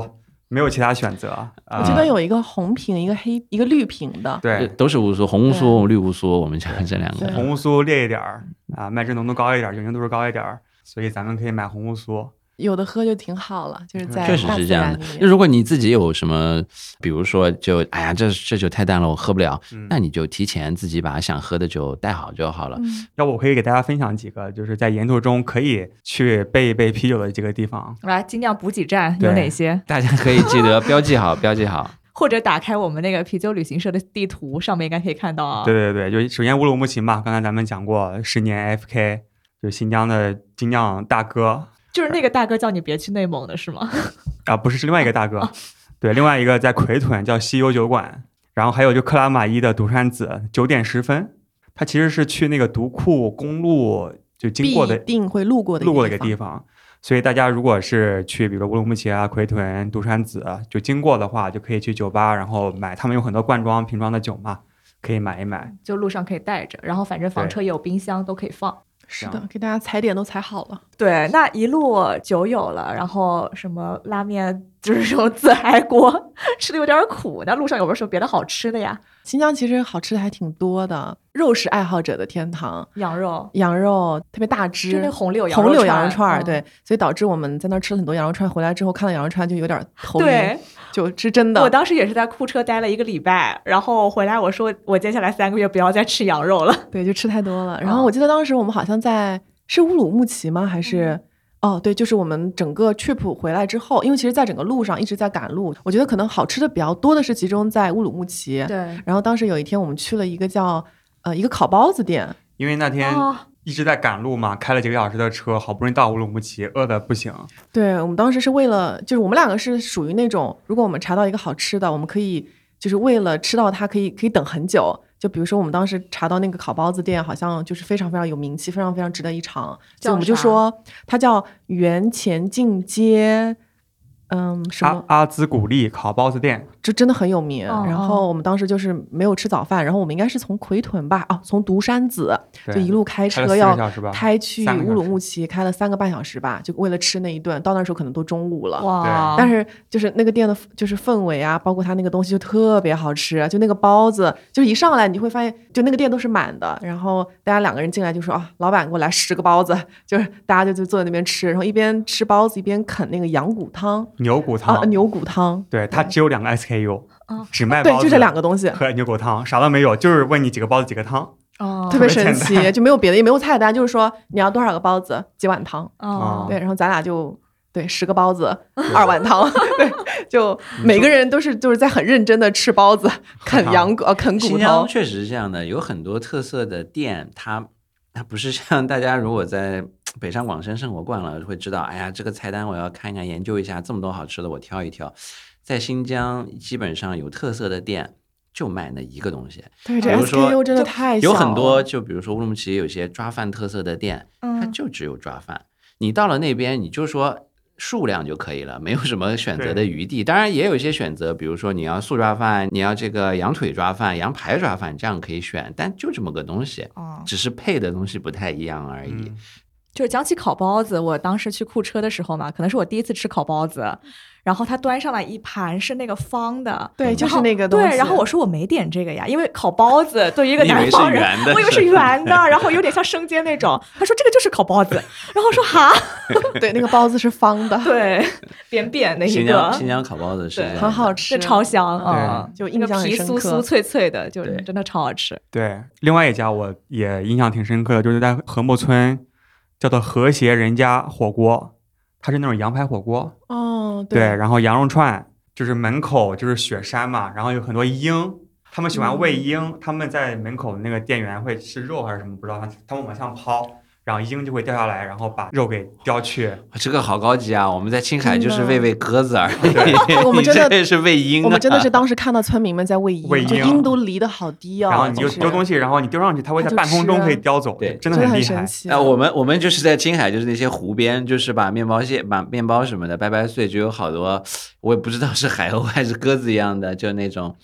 Speaker 2: 没有其他选择。
Speaker 5: 我
Speaker 2: 啊，
Speaker 5: 记得有一个红瓶，一个黑，一个绿瓶的，
Speaker 4: 这
Speaker 2: 对，
Speaker 4: 都是乌苏，红乌苏、绿乌苏，我们讲这两个。
Speaker 5: 对
Speaker 2: 红乌苏烈一点儿啊，麦汁浓度高一点儿，酒精度数高一点儿，所以咱们可以买红乌苏。
Speaker 5: 有的喝就挺好了，
Speaker 2: 嗯
Speaker 5: 就是在
Speaker 4: 确实
Speaker 5: 大
Speaker 4: 是
Speaker 5: 自
Speaker 4: 这样
Speaker 5: 然
Speaker 4: 的
Speaker 5: 里。面
Speaker 4: 那如果你自己有什么，比如说就哎呀，这这酒太淡了，我喝不了，
Speaker 2: 嗯
Speaker 4: 那你就提前自己把想喝的酒带好就好了。
Speaker 3: 嗯
Speaker 2: 要不我可以给大家分享几个，就是在沿途中可以去备一备啤酒的几个地方。
Speaker 3: 来，精酿补给站
Speaker 2: 对
Speaker 3: 有哪些？
Speaker 4: 大家可以记得标记好，标记 [laughs] 好。
Speaker 3: 或者打开我们那个啤酒旅行社的地图，上面应该可以看到啊。
Speaker 2: 对对对，就首先乌鲁木齐嘛，刚才咱们讲过，十年 FK，就是新疆的精酿大哥
Speaker 3: 就是那个大哥叫你别去内蒙的是吗？ [laughs]
Speaker 2: 啊，不是是另外一个大哥， [laughs] 对，另外一个在奎屯叫西游酒馆，然后还有就克拉玛依的独山子九点十分，它其实是去那个独库公路就经过的
Speaker 5: 必定会路过的
Speaker 2: 路过的一个地
Speaker 5: 方。
Speaker 2: 方。所以大家如果是去，比如说乌鲁木齐啊、奎屯、独山子，啊就经过的话，就可以去酒吧，然后买他们有很多罐装、瓶装的酒嘛，可以买一买。
Speaker 3: 就路上可以带着，然后反正房车也有冰箱，都可以放。
Speaker 5: 是的，给大家踩点都踩好了。
Speaker 3: 对，那一路酒有了，然后什么拉面，就是这种自嗨锅，吃的有点苦。那路上有没有什么别的好吃的呀？
Speaker 5: 新疆其实好吃的还挺多的，肉食爱好者的天堂，
Speaker 3: 羊肉，
Speaker 5: 羊肉特别大
Speaker 3: 就那
Speaker 5: 只。
Speaker 3: 红柳羊
Speaker 5: 红柳
Speaker 3: 羊
Speaker 5: 羊肉串儿，
Speaker 3: 嗯
Speaker 5: 对，所以导致我们在那儿吃了很多羊肉串，回来之后看到羊肉串就有点头晕，
Speaker 3: 对，
Speaker 5: 就是真的
Speaker 3: 我。当时也是在库车待了一个礼拜，然后回来我说我接下来三个月不要再吃羊肉了。
Speaker 5: 对，就吃太多了。然后我记得当时我们好像在是乌鲁木齐吗？还是、哦，对，就是我们整个 trip 回来之后，因为其实在整个路上一直在赶路，我觉得可能好吃的比较多的是集中在乌鲁木齐。
Speaker 3: 对，
Speaker 5: 然后当时有一天我们去了一个叫呃一个烤包子店，
Speaker 2: 因为那天
Speaker 3: 哦，
Speaker 2: 一直在赶路嘛，开了几个小时的车，好不容易到乌鲁木齐，饿的不行。
Speaker 5: 对我们当时是为了，就是我们两个是属于那种，如果我们查到一个好吃的，我们可以就是为了吃到它，可以可以等很久。就比如说我们当时查到那个烤包子店，好像就是非常非常有名气，非常非常值得一尝，所以我们就
Speaker 3: 叫啥
Speaker 5: 说它叫原前进街，嗯，什么
Speaker 2: 阿阿兹古丽烤包子店，
Speaker 5: 就真的很有名。
Speaker 3: 哦
Speaker 5: 然后我们当时就是没有吃早饭，然后我们应该是从奎屯吧，哦、从独山子
Speaker 2: 对
Speaker 5: 就一路开
Speaker 2: 开了
Speaker 5: 车
Speaker 2: 四
Speaker 5: 要
Speaker 2: 个小时吧。
Speaker 5: 开去
Speaker 2: 三个小时
Speaker 5: 乌鲁木齐，开了三个半小时吧，就为了吃那一顿。到那时候可能都中午了。
Speaker 3: 哇，
Speaker 5: 但是就是那个店的，就是氛围啊，包括它那个东西就特别好吃，就那个包子，就是一上来你会发现，就那个店都是满的，然后大家两个人进来就说啊，老板给我来十个包子，就是大家就就坐在那边吃，然后一边吃包子一边啃那个羊骨汤
Speaker 2: 牛骨
Speaker 5: 啊
Speaker 2: 汤，
Speaker 5: 牛骨汤，
Speaker 2: 对，它只有两个 SKU，
Speaker 3: 哦
Speaker 2: 只卖
Speaker 5: 对
Speaker 2: 包，子，
Speaker 5: 就这两个东西。
Speaker 2: 和牛骨汤，啥都没有，就是问你几个包子几个汤。
Speaker 3: 哦
Speaker 5: 特别
Speaker 2: 特别简
Speaker 5: 神奇，就没有别的，也没有菜单，就是说你要多少个包子，几碗汤，
Speaker 2: 啊
Speaker 3: 哦，
Speaker 5: 对，然后咱俩就对十个包子，二碗汤，对，就每个人都是就是在很认真的吃包子，啃羊骨呃啃骨
Speaker 4: 新疆
Speaker 5: 头，
Speaker 4: 确实是这样的，有很多特色的店，它它不是像大家如果在嘖北上广深生活惯了，会知道，哎呀，这个菜单我要看一看，研究一下，这么多好吃的，我挑一挑。在新疆，基本上有特色的店就卖那一个东西，
Speaker 5: 对，这
Speaker 4: 比如说
Speaker 5: SKU 真的太小
Speaker 4: 有
Speaker 5: 哦
Speaker 4: 很多，
Speaker 5: 了
Speaker 4: 就比如说乌鲁木齐有些抓饭特色的店，它
Speaker 3: 嗯，
Speaker 4: 就只有抓饭。你到了那边，你就说数量就可以了，没有什么选择的
Speaker 2: 对
Speaker 4: 余地。当然也有一些选择，比如说你要素抓饭，你要这个羊腿抓饭、羊排抓饭，这样可以选，但就这么个东西，
Speaker 3: 哦，
Speaker 4: 只是配的东西不太一样而已。
Speaker 2: 嗯，
Speaker 3: 就是讲起烤包子，我当时去库车的时候嘛，可能是我第一次吃烤包子，然后他端上来一盘是那个方的，
Speaker 5: 对，就
Speaker 3: 然
Speaker 5: 是
Speaker 3: 后
Speaker 5: 那个东西。
Speaker 3: 对，然后我说我没点这个呀，因为烤包子对于一个
Speaker 4: 你以为
Speaker 3: 南方
Speaker 4: 是
Speaker 3: 人
Speaker 4: 圆的，
Speaker 3: 我以为是圆的，然后有点像生煎那种。他说这个就是烤包子，然后我说哈，
Speaker 5: [laughs] 对那个包子是方的，
Speaker 3: 对，扁扁的一
Speaker 4: 新疆
Speaker 3: 个，
Speaker 4: 新疆烤包子是
Speaker 3: 对
Speaker 4: 这样
Speaker 5: 很好
Speaker 4: 的
Speaker 5: 吃，
Speaker 3: 这超香啊，
Speaker 5: 就印
Speaker 3: 那
Speaker 5: 象
Speaker 3: 个
Speaker 5: 很
Speaker 3: 皮
Speaker 5: 深
Speaker 3: 酥酥
Speaker 5: 刻。
Speaker 3: 脆脆的，就是
Speaker 4: 对
Speaker 3: 真的超好吃。
Speaker 2: 对。另外一家我也印象挺深刻的，就是在禾木村，叫做和谐人家火锅，它是那种羊排火锅。
Speaker 5: 哦，
Speaker 2: 对，，然后羊肉串就是门口就是雪山嘛，然后有很多鹰，他们喜欢喂
Speaker 5: 嗯
Speaker 2: 鹰，他们在门口那个店员会吃肉还是什么不知道，他们往上抛，然后鹰就会掉下来，然后把肉给叼去。
Speaker 4: 哇这个好高级啊！我们在青海就
Speaker 5: 真
Speaker 4: 是
Speaker 5: 的
Speaker 4: 喂喂鸽子
Speaker 5: [laughs]
Speaker 4: 而
Speaker 5: 哎
Speaker 4: 已，
Speaker 5: 我
Speaker 4: [laughs]
Speaker 5: 们
Speaker 4: 你
Speaker 5: 真的
Speaker 4: 这是喂鹰、啊，
Speaker 5: 我们真的是当时看到村民们在喂鹰，
Speaker 2: 喂
Speaker 5: 就
Speaker 2: 鹰
Speaker 5: 鹰都离得好低啊，
Speaker 2: 然后你就丢东
Speaker 5: 西，
Speaker 2: 西，然后你丢上去，它会在
Speaker 5: 它就
Speaker 2: 半空中
Speaker 5: 吃啊
Speaker 2: 可以叼走，
Speaker 4: 对
Speaker 2: 真
Speaker 5: 真
Speaker 2: 的
Speaker 5: 的
Speaker 2: 很
Speaker 5: 很
Speaker 2: 厉
Speaker 5: 神
Speaker 2: 害。哎
Speaker 5: 奇。
Speaker 4: 啊，我们我们就是在青海，就是那些湖边，就是把面包屑、把面包什么的掰掰碎，就有好多，我也不知道是海鸥还是鸽子一样的，就那种，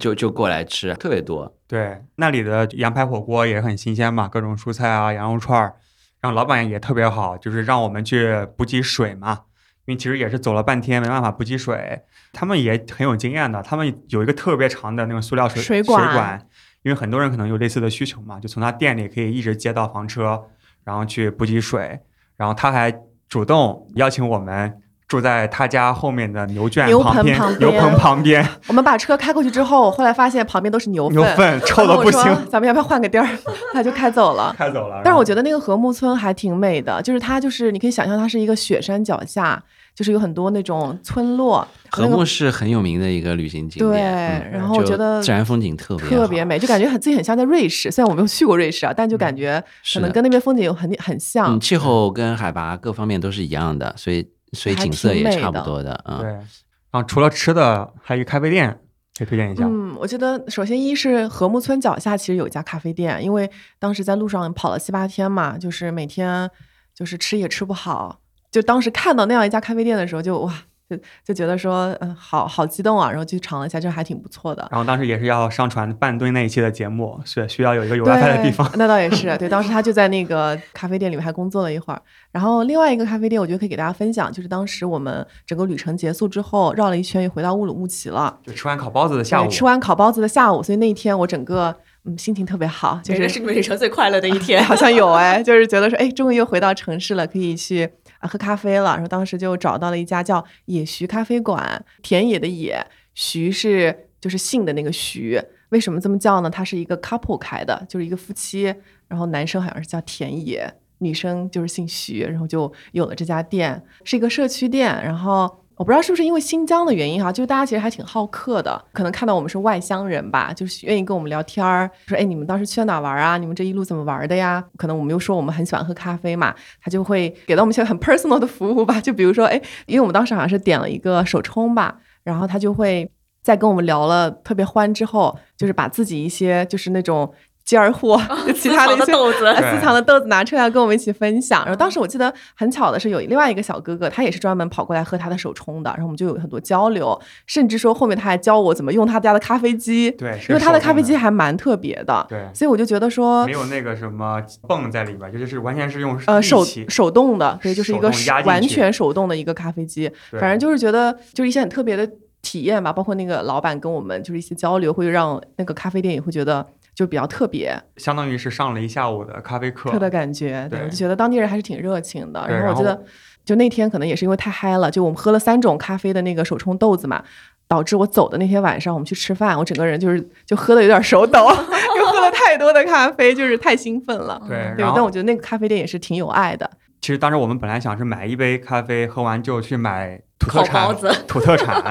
Speaker 4: 就就过来吃，特别多。
Speaker 2: 对，那里的羊排火锅也很新鲜嘛，各种蔬菜啊，羊肉串儿，然后老板也特别好，就是让我们去补给水嘛，因为其实也是走了半天没办法补给水，他们也很有经验的，他们有一个特别长的那种塑料水
Speaker 5: 水管
Speaker 2: 因为很多人可能有类似的需求嘛，就从他店里可以一直接到房车，然后去补给水，然后他还主动邀请我们。住在他家后面的牛圈
Speaker 5: 牛
Speaker 2: 旁
Speaker 5: 棚
Speaker 2: 边，
Speaker 5: 旁
Speaker 2: 牛
Speaker 5: 边
Speaker 2: 棚旁边，
Speaker 5: 我们把车开过去之后，后来发现旁边都是牛
Speaker 2: 牛粪臭的
Speaker 5: 然后
Speaker 2: 不
Speaker 5: 我说
Speaker 2: [laughs] 行，
Speaker 5: 咱们要不要换个地儿？ [laughs] 他就开走了。
Speaker 2: 开走了。然
Speaker 5: 但是
Speaker 2: 后
Speaker 4: 嗯
Speaker 5: 我觉得那个禾木村还挺美的，就是它就是你可以想象它是一个雪山脚下，就是有很多那种村落，
Speaker 4: 禾
Speaker 5: 那
Speaker 4: 木
Speaker 5: 个
Speaker 4: 是很有名的一个旅行景
Speaker 5: 对，
Speaker 4: 点，
Speaker 5: 然
Speaker 4: 嗯
Speaker 5: 后我觉
Speaker 4: 就
Speaker 5: 得
Speaker 4: 自然风景特别
Speaker 5: 特别
Speaker 4: 好，嗯
Speaker 5: 美，就感觉很自己很像在瑞士，虽然我没有去过瑞士啊，但就感觉
Speaker 4: 是
Speaker 5: 可能
Speaker 4: 的
Speaker 5: 跟那边风景有很很像
Speaker 4: 嗯，。气候跟海拔各方面都是一样的，所以所以
Speaker 5: 还
Speaker 4: 景色
Speaker 5: 挺
Speaker 4: 也
Speaker 5: 美
Speaker 4: 差不
Speaker 5: 的
Speaker 4: 多的，嗯
Speaker 2: 对，，啊然后除了吃的，还有一个咖啡店可以推荐一下。
Speaker 5: 嗯，我觉得首先一是禾木村脚下其实有一家咖啡店，因为当时在路上跑了七八天嘛，就是每天就是吃也吃不好，就当时看到那样一家咖啡店的时候就，哇，就就觉得说，嗯，好好激动啊，然后去尝了一下，这还挺不错的。
Speaker 2: 然后当时也是要上传半吨那一期的节目，所以需要有一个有 WiFi 的地方。
Speaker 5: 对那倒也是，对，当时他就在那个咖啡店里面还工作了一会儿。然后另外一个咖啡店，我觉得可以给大家分享，就是当时我们整个旅程结束之后，绕了一圈又回到乌鲁木齐了。
Speaker 2: 就吃完烤包子的下午
Speaker 5: 对，，吃完烤包子的下午，所以那一天我整个嗯心情特别好，就
Speaker 3: 觉
Speaker 5: 是
Speaker 3: 得是你们旅程最快乐的一天
Speaker 5: [laughs] 好像有哎，就是觉得说哎，终于又回到城市了，可以去啊喝咖啡了。然后当时就找到了一家叫野徐咖啡馆，田野的野，徐是就是姓的那个徐。为什么这么叫呢？它是一个 couple 开的，就是一个夫妻，然后男生好像是叫田野，女生就是姓徐，然后就有了这家店，是一个社区店。然后我不知道是不是因为新疆的原因哈、就是大家其实还挺好客的，可能看到我们是外乡人吧，就是愿意跟我们聊天儿，说哎你们当时去了哪玩啊？你们这一路怎么玩的呀？可能我们又说我们很喜欢喝咖啡嘛，他就会给到我们一些很 [laughs] personal 的服务吧，就比如说哎，因为我们当时好像是点了一个手冲吧，然后他就会在跟我们聊了特别欢之后，就是把自己一些就是那种尖儿货， [laughs] 就其他的一些
Speaker 1: 豆子，
Speaker 5: 呃
Speaker 4: 哎
Speaker 5: 私藏的豆子拿出来跟我们一起分享。然后当时我记得很巧的是，有另外一个小哥哥，他也是专门跑过来喝他的手冲的，然后我们就有很多交流，甚至说后面他还教我怎么用他家的咖啡机，
Speaker 2: 对，是
Speaker 5: 因为他的
Speaker 2: 手
Speaker 5: 咖啡
Speaker 2: 动
Speaker 5: 机还蛮特别的，
Speaker 2: 对
Speaker 5: 所以我就觉得说
Speaker 2: 没，有那个什么泵在里边，就是完全是用
Speaker 5: 呃，
Speaker 2: 力
Speaker 5: 手
Speaker 2: 气
Speaker 5: 手动的，所以就是一
Speaker 2: 手
Speaker 5: 个
Speaker 2: 动压进去
Speaker 5: 完全手动的一个咖啡机，
Speaker 2: 对
Speaker 5: 反正就是觉得就是一些很特别的体验吧，包括那个老板跟我们就是一些交流，会让那个咖啡店也会觉得就比较特别
Speaker 2: 相当于是上了一下午的咖啡课
Speaker 5: 特，的感觉，
Speaker 2: 对
Speaker 5: 我就觉得当地人还是挺热情的。
Speaker 2: 对
Speaker 5: 然后我觉
Speaker 2: 然
Speaker 5: 得就那天可能也是因为太嗨了，就我们喝了三种咖啡的那个手冲豆子嘛。导致我走的那天晚上，我们去吃饭，我整个人就是就喝的有
Speaker 2: [laughs]
Speaker 5: 点手抖，因为喝了太多的咖啡，就是太兴奋了。
Speaker 2: 对，
Speaker 5: 对，
Speaker 2: 嗯然
Speaker 5: 但
Speaker 2: 后
Speaker 5: 我觉得那个咖啡店也是挺有爱的。
Speaker 2: 其实当时我们本来想是买一杯咖啡，喝完就去买土特
Speaker 1: 烤包
Speaker 2: 产
Speaker 1: 子，
Speaker 2: 土特产，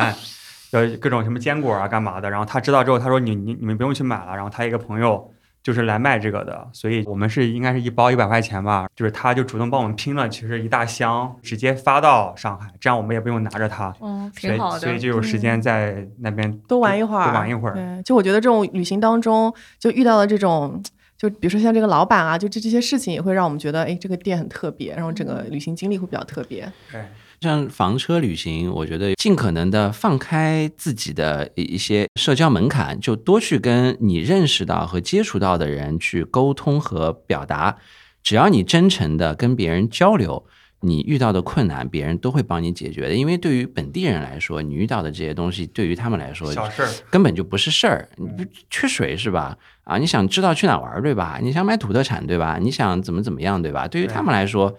Speaker 2: 呃，各种什么坚果啊，干嘛的。然后他知道之后，他说你你你们不用去买了。然后他一个朋友就是来卖这个的，所以我们是应该是一包一百块钱吧，就是他就主动帮我们拼了，其实一大箱直接发到上海，这样我们也不用拿着它，
Speaker 3: 哦
Speaker 1: 嗯，
Speaker 2: 所
Speaker 1: 挺
Speaker 2: 以
Speaker 1: 好
Speaker 2: 所以
Speaker 1: 的。
Speaker 2: 就有时间在那边
Speaker 5: 多玩一会儿，
Speaker 2: 多玩一会儿。
Speaker 5: 对，就我觉得这种旅行当中，就遇到了这种，就比如说像这个老板啊，就这这些事情也会让我们觉得，哎，这个店很特别，然后整
Speaker 2: 嗯
Speaker 5: 个旅行经历会比较特别。
Speaker 2: 对，
Speaker 4: 像房车旅行，我觉得尽可能的放开自己的一一些社交门槛，就多去跟你认识到和接触到的人去沟通和表达。只要你真诚的跟别人交流，你遇到的困难别人都会帮你解决的。因为对于本地人来说，你遇到的这些东西对于他们来说
Speaker 2: 小事儿。
Speaker 4: 根本就不是事儿。你不缺水是吧？啊，你想知道去哪玩儿对吧？你想买土特产对吧？你想怎么怎么样对吧？对于
Speaker 2: 对
Speaker 4: 他们来说，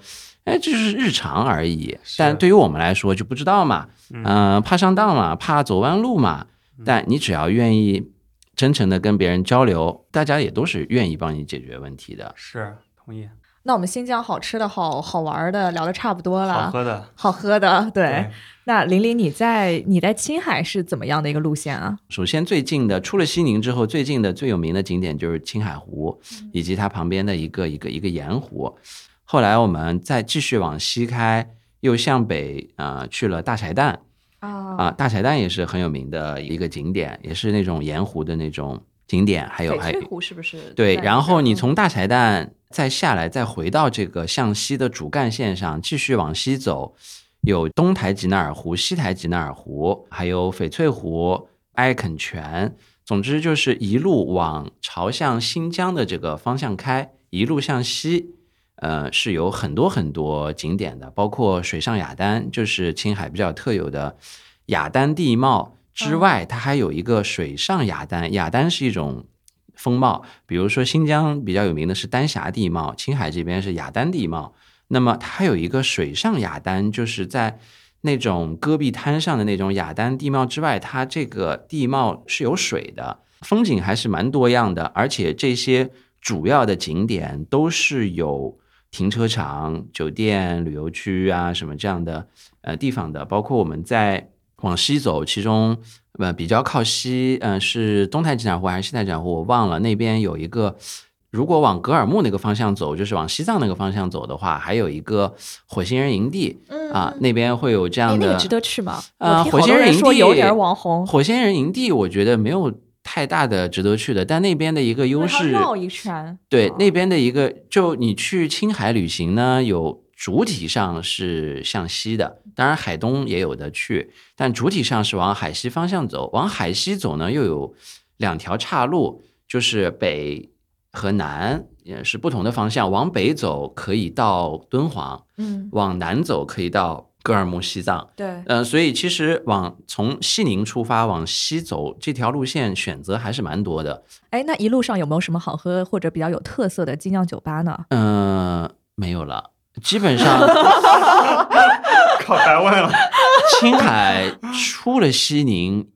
Speaker 4: 哎，这就是日常而已。
Speaker 2: 是
Speaker 4: 但对于我们来说就不知道嘛，嗯、怕上当嘛，怕走弯路嘛。但你只要愿意真诚的跟别人交流，大家也都是愿意帮你解决问题的。
Speaker 2: 是同意，
Speaker 3: 那我们新疆好吃的好好玩的聊的差不多了，
Speaker 2: 好喝的。
Speaker 3: 好喝的，对。那玲玲，你在你在青海是怎么样的一个路线啊？
Speaker 4: 首先，最近的除了西宁之后，最近的最有名的景点就是青海湖，以及它旁边的一个一个一个盐湖。后来我们再继续往西开，又向北呃去了大柴旦
Speaker 3: 啊
Speaker 4: 啊、大柴旦也是很有名的一个景点，也是那种盐湖的那种景点，还有还有
Speaker 1: 湖是不是？
Speaker 4: 对，然后
Speaker 3: 嗯
Speaker 4: 你从大柴旦再下来，再回到这个向西的主干线上，继续往西走，有东台吉纳尔湖、西台吉纳尔湖，还有翡翠湖、艾肯泉。总之就是一路往朝向新疆的这个方向开，一路向西，呃，是有很多很多景点的，包括水上雅丹，就是青海比较特有的雅丹地貌之外，它还有一个水上雅丹。雅丹是一种风貌，比如说新疆比较有名的是丹霞地貌，青海这边是雅丹地貌。那么它还有一个水上雅丹，就是在那种戈壁滩上的那种雅丹地貌之外，它这个地貌是有水的，风景还是蛮多样的。而且这些主要的景点都是有停车场、酒店、旅游区啊什么这样的呃地方的。包括我们在往西走，其中呃比较靠西，嗯、是东台吉乃湖还是西台吉乃湖，我忘了。那边有一个，如果往格尔木那个方向走，就是往西藏那个方向走的话，还有一个火星人营地
Speaker 3: 嗯
Speaker 4: 啊，那边会有这
Speaker 3: 哎
Speaker 4: 样
Speaker 3: 那
Speaker 4: 的。
Speaker 3: 个值得去吗？
Speaker 4: 呃，
Speaker 3: 我听好
Speaker 4: 火
Speaker 3: 多
Speaker 4: 星人
Speaker 3: 人
Speaker 4: 营
Speaker 3: 说
Speaker 4: 地
Speaker 3: 有点网红，
Speaker 4: 火星人营地我觉得没有太大的值得去的，但那边的一个
Speaker 3: 因
Speaker 4: 优
Speaker 3: 为它
Speaker 4: 势，
Speaker 3: 绕一圈，
Speaker 4: 对
Speaker 3: 哦，
Speaker 4: 那边的一个，就你去青海旅行呢，有主体上是向西的，当然海东也有的去，但主体上是往海西方向走。往海西走呢，又有两条岔路，就是北和南也是不同的方向。往北走可以到敦煌，
Speaker 3: 嗯，
Speaker 4: 往南走可以到格尔木西藏。
Speaker 3: 对，
Speaker 4: 嗯、所以其实往从西宁出发往西走这条路线选择还是蛮多的。
Speaker 3: 哎，那一路上有没有什么好喝或者比较有特色的精酿酒吧呢？
Speaker 4: 嗯、没有了。基本上
Speaker 3: [laughs]
Speaker 2: 靠，白问了。
Speaker 4: 青海出了西宁，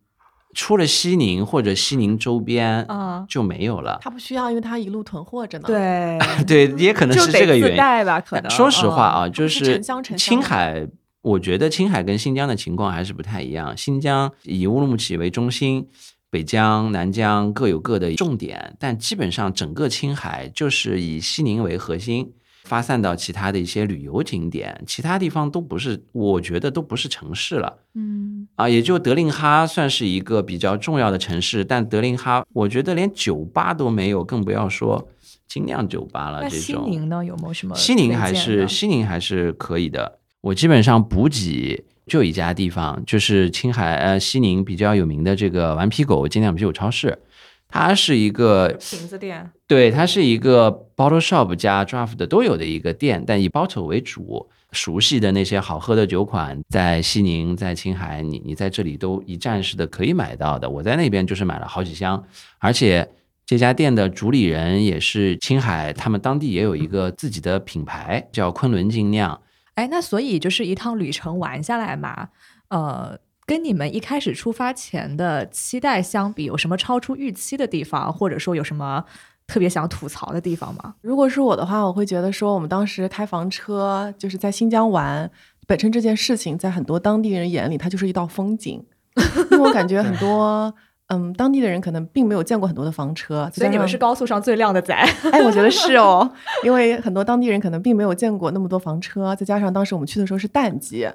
Speaker 4: 出了西宁或者西宁周边
Speaker 3: 啊，
Speaker 4: 就没有了。
Speaker 5: 他不需要，因为他一路囤货着呢。，
Speaker 4: [laughs]
Speaker 3: 对，
Speaker 4: 对，也可能
Speaker 3: 就是
Speaker 4: 这个
Speaker 3: 得
Speaker 4: 原
Speaker 3: 自
Speaker 4: 因。
Speaker 3: 带吧，可能。
Speaker 4: 说实话
Speaker 3: 嗯，
Speaker 4: 啊，就
Speaker 5: 就是
Speaker 4: 是
Speaker 5: 城乡城乡
Speaker 4: 青海，我觉得青海跟新疆的情况还是不太一样。新疆以乌鲁木齐为中心，北疆、南疆各有各的重点，但基本上整个青海就是以西宁为核心。发散到其他的一些旅游景点，其他地方都不是，我觉得都不是城市了。
Speaker 3: 嗯，
Speaker 4: 啊，也就德令哈算是一个比较重要的城市，但德令哈我觉得连酒吧都没有，更不要说精酿酒吧了。
Speaker 3: 那
Speaker 4: 这
Speaker 3: 西
Speaker 4: 种
Speaker 3: 宁呢，有没有什么推
Speaker 4: 西
Speaker 3: 荐的？
Speaker 4: 宁还是西宁还是可以的。我基本上补给就一家地方，就是青海呃西宁比较有名的这个顽皮狗精酿啤酒超市，它是一个
Speaker 3: 瓶子店，
Speaker 4: 对，它是一个 bottle shop 加 draft 的都有的一个店，但以 bottle 为主。熟悉的那些好喝的酒款，在西宁、在青海，你你在这里都一站式的可以买到的。我在那边就是买了好几箱，而且这家店的主理人也是青海，他们当地也有一个自己的品牌叫昆仑精酿。
Speaker 3: 哎，那所以就是一趟旅程玩下来嘛，呃，跟你们一开始出发前的期待相比，有什么超出预期的地方，或者说有什么特别想吐槽的地方吗？
Speaker 5: 如果是我的话，我会觉得说，我们当时开房车就是在新疆玩，本身这件事情在很多当地人眼里，它就是一道风景， [laughs] 因为我感觉很多。嗯，当地的人可能并没有见过很多的房车，
Speaker 3: 所以你们
Speaker 5: 再加上
Speaker 3: 是高速上最靓的仔，
Speaker 5: 哎，我觉得是哦，因为很多当地人可能并没有见过那么多房车，再加上当时我们去的时候是淡季，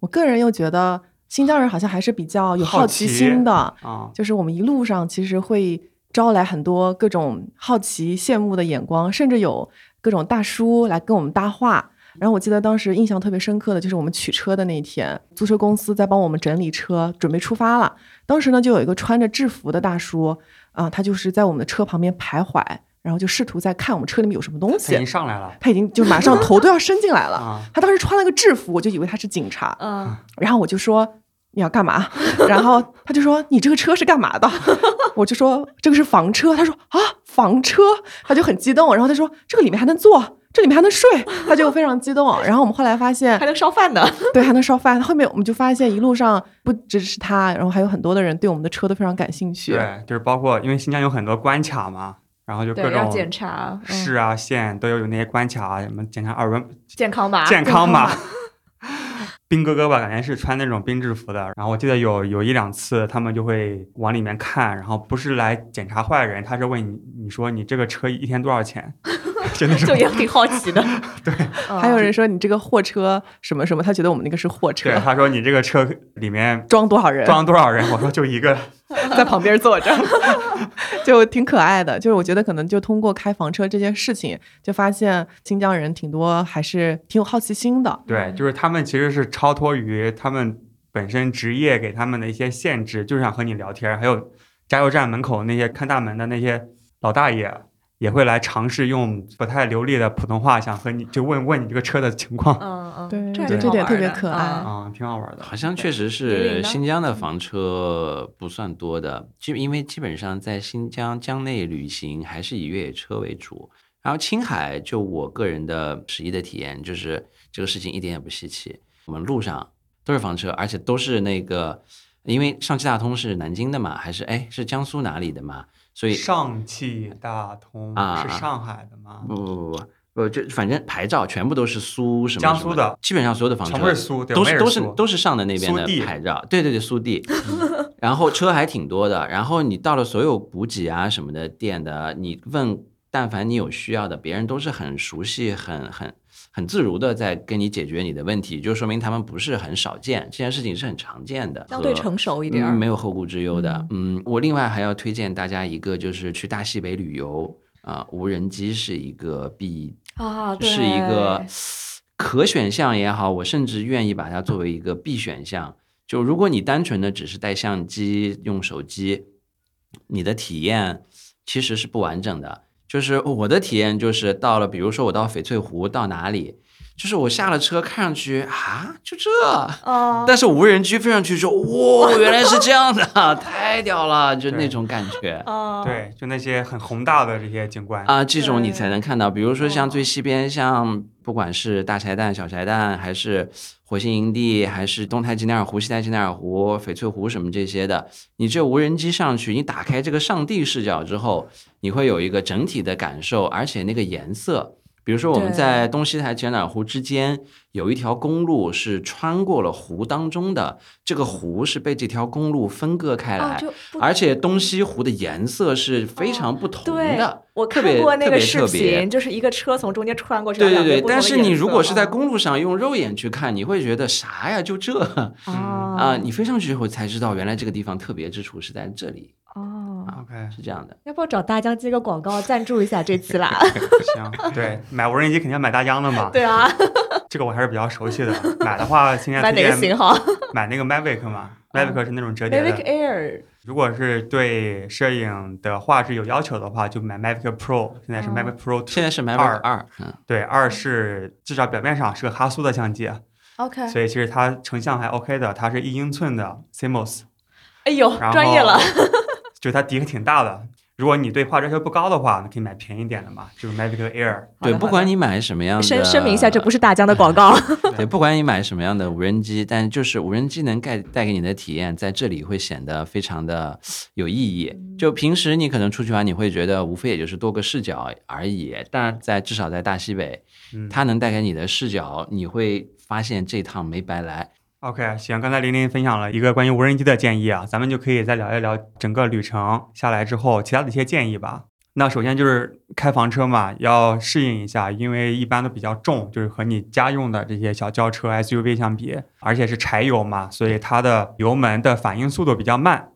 Speaker 5: 我个人又觉得新疆人好像还是比较有
Speaker 2: 好
Speaker 5: 好奇
Speaker 2: 奇
Speaker 5: 心的，
Speaker 2: 啊，
Speaker 5: 就是我们一路上其实会招来很多各种好奇、羡慕的眼光，甚至有各种大叔来跟我们搭话。然后我记得当时印象特别深刻的就是我们取车的那一天，租车公司在帮我们整理车，准备出发了。当时呢，就有一个穿着制服的大叔啊、他就是在我们的车旁边徘徊，然后就试图在看我们车里面有什么东
Speaker 2: 他已经
Speaker 5: 西。
Speaker 2: 上来了
Speaker 5: 他已经就马上头都要伸进来了。
Speaker 2: 啊，
Speaker 5: 他当时穿了个制服，我就以为他是警察。
Speaker 3: 嗯，
Speaker 5: 然后我就说你要干嘛？ [laughs] 然后他就说你这个车是干嘛的？ [laughs] 我就说这个是房车。他说啊，房车，他就很激动。然后他说这个里面还能坐，这里面还能睡，他就非常激动。然后我们后来发现
Speaker 3: [laughs] 还，能烧饭呢。
Speaker 5: 对，还能烧饭。后面我们就发现一路上不只是他，然后还有很多的人对我们的车都非常感兴趣。
Speaker 2: 对，就是包括因为新疆有很多关卡嘛，然后就各
Speaker 3: 对，要检
Speaker 2: 种
Speaker 3: 查、嗯
Speaker 2: 市啊、县都有那些关卡，啊什么检查二轮
Speaker 3: 健康吧。
Speaker 2: 健
Speaker 5: 康
Speaker 2: 康码
Speaker 5: 码。
Speaker 2: [laughs] 兵哥哥吧，感觉是穿那种兵制服的。然后我记得有有一两次，他们就会往里面看，然后不是来检查坏人，他是问你，你说你这个车一天多少钱？ [laughs] 就那
Speaker 3: [laughs] 就
Speaker 2: 种，
Speaker 3: 也挺好
Speaker 2: [laughs]
Speaker 3: 奇的，嗯对
Speaker 5: 还有人说你这个货车什么什么，他觉得我们那个是货车
Speaker 2: 对，，他说你这个车里面
Speaker 5: 装多少人？
Speaker 2: 装多少人？我说就一个。
Speaker 5: [laughs] 在旁边坐着，就挺可爱的。就是我觉得可能就通过开房车这件事情，就发现新疆人挺多还是挺有好奇心的。
Speaker 2: 对，就是他们其实是超脱于他们本身职业给他们的一些限制，就是想和你聊天。还有加油站门口那些看大门的那些老大爷，也会来尝试用不太流利的普通话，想和你就问问你这个车的情况
Speaker 3: 嗯嗯，
Speaker 5: 对
Speaker 3: 这还
Speaker 2: 对
Speaker 3: 挺
Speaker 2: 这
Speaker 5: 点
Speaker 3: 好玩
Speaker 5: 特别
Speaker 3: 的
Speaker 5: 可爱
Speaker 3: 嗯
Speaker 2: 啊、挺好玩的。
Speaker 4: 好像确实
Speaker 3: 对
Speaker 4: 是
Speaker 3: 你呢嗯
Speaker 4: 新疆的房车不算多的，就因为基本上在新疆疆内旅行还是以越野车为主。然后青海，就我个人的实际的体验，就是这个事情一点也不稀奇。我们路上都是房车，而且都是那个，因为上汽大通是南京的嘛，还是哎是江苏哪里的嘛，所以
Speaker 2: 上汽大通
Speaker 4: 啊嗯
Speaker 2: 是上海的吗？
Speaker 4: 不不不不不，就反正牌照全部都是苏什么
Speaker 2: 江
Speaker 4: 什么
Speaker 2: 苏的
Speaker 4: 基本上所有的房车
Speaker 2: 全部是苏，对，
Speaker 4: 都
Speaker 2: 我们
Speaker 4: 是
Speaker 2: 也
Speaker 4: 都
Speaker 2: 是
Speaker 4: 是
Speaker 2: 苏
Speaker 4: 都是上的那边
Speaker 2: 苏
Speaker 4: 的
Speaker 2: 地
Speaker 4: 牌照，对对对，
Speaker 3: [laughs]
Speaker 4: 苏地。然后车还挺多的，然后你到了所有补给啊什么的店的，你问，但凡你有需要的，别人都是很熟悉、很很很自如的在跟你解决你的问题，就说明他们不是很少见，这件事情是很常见的，
Speaker 3: 相对
Speaker 4: 和
Speaker 3: 成熟一点儿
Speaker 4: 嗯，没有后顾之忧的。嗯，我另外还要推荐大家一个，就是去大西北旅游啊、无人机是一个必
Speaker 3: 啊，对
Speaker 4: 是一个可选项也好，我甚至愿意把它作为一个必选项。就如果你单纯的只是带相机、用手机，你的体验其实是不完整的。就是我的体验就是到了，比如说我到翡翠湖到哪里，就是我下了车看上去啊，就这，
Speaker 3: 哦，
Speaker 4: 但是无人区飞上去说，哇，原来是这样的， [laughs] 太屌了，就那种感觉。
Speaker 3: 哦，
Speaker 2: 对，就那些很宏大的这些景观，
Speaker 4: 啊，这种你
Speaker 3: 对
Speaker 4: 才能看到。比如说像
Speaker 3: 哦
Speaker 4: 最西边，像不管是大柴旦、小柴旦，还是火星营地，还是东太吉乃尔湖、西太吉乃尔湖、翡翠湖什么这些的，你这无人机上去，你打开这个上帝视角之后，你会有一个整体的感受，而且那个颜色。比如说，我们
Speaker 3: 对
Speaker 4: 在东西台吉乃尔湖之间有一条公路是穿过了湖当中的，这个湖是被这条公路分割开
Speaker 3: 哦
Speaker 4: 来，
Speaker 3: 就
Speaker 2: 哎
Speaker 3: 不
Speaker 4: 而且东西湖的颜色是非常不同
Speaker 3: 对
Speaker 4: 的。，
Speaker 3: 我
Speaker 4: 特
Speaker 3: 看
Speaker 4: 别
Speaker 3: 过那
Speaker 4: 特
Speaker 3: 个
Speaker 4: 别
Speaker 3: 视
Speaker 4: 特别
Speaker 3: 频，就是一个车从中间穿过去，
Speaker 4: 对
Speaker 3: 然
Speaker 4: 对
Speaker 3: 后两
Speaker 4: 对，
Speaker 3: 边不同
Speaker 4: 但
Speaker 3: 的
Speaker 4: 是你
Speaker 3: 颜色
Speaker 4: 如果是在
Speaker 3: 哦
Speaker 4: 公路上用肉眼去看，你会觉得啥呀？就这啊、
Speaker 3: 哦
Speaker 4: 你飞上去以后才知道，原来这个地方特别之处是在这里，
Speaker 3: 哦，
Speaker 2: OK，
Speaker 4: 是这样的。
Speaker 1: 要不要找大疆接个广告赞助一下这期
Speaker 4: [laughs]
Speaker 1: 啦？
Speaker 2: 行，对，买无人机肯定要买大疆的嘛，
Speaker 3: 对啊，
Speaker 2: 这个我还是比较熟悉的。买的话，现在
Speaker 3: 买哪
Speaker 2: 推
Speaker 3: 个
Speaker 2: 荐
Speaker 3: 型号
Speaker 2: 买那个 Mavic 嘛，Mavic 是那种折叠
Speaker 3: 嗯？Mavic
Speaker 2: 的。
Speaker 3: Air
Speaker 2: 如果是对摄影的画质有要求的话，就买 Mavic Pro。现在是
Speaker 3: 嗯
Speaker 2: Mavic Pro Two，
Speaker 4: 现在是 Mavic
Speaker 2: 二
Speaker 4: 二，嗯，
Speaker 2: 对，二是至少表面上是个哈苏的相
Speaker 3: 哎
Speaker 2: 机，
Speaker 3: OK，
Speaker 2: 所以其实它成像还 OK 的，它是一英寸的 CMOS，
Speaker 3: 哎呦，
Speaker 2: 然后
Speaker 3: 专业了，
Speaker 2: [laughs] 就它底挺大的。如果你对画质要求不高的话，你可以买便宜点的嘛，就是 Mavic Air。
Speaker 3: 好
Speaker 4: 对，
Speaker 3: 的
Speaker 4: 不管你买什么样的，
Speaker 1: 声声明一下，这不是大疆的广
Speaker 4: [laughs]
Speaker 1: 告。
Speaker 4: 对，不管你买什么样的无人机，但就是无人机能带带给你的体验，在这里会显得非常的有意义。就平时你可能出去玩，你会觉得无非也就是多个视角而已，但在至少在大西北，
Speaker 2: 嗯
Speaker 4: 它能带给你的视角，你会发现这趟没白来。
Speaker 2: OK，行，刚才玲玲分享了一个关于无人机的建议啊，咱们就可以再聊一聊整个旅程下来之后其他的一些建议吧。那首先就是开房车嘛，要适应一下，因为一般都比较重，就是和你家用的这些小轿车、SUV 相比，而且是柴油嘛，所以它的油门的反应速度比较慢，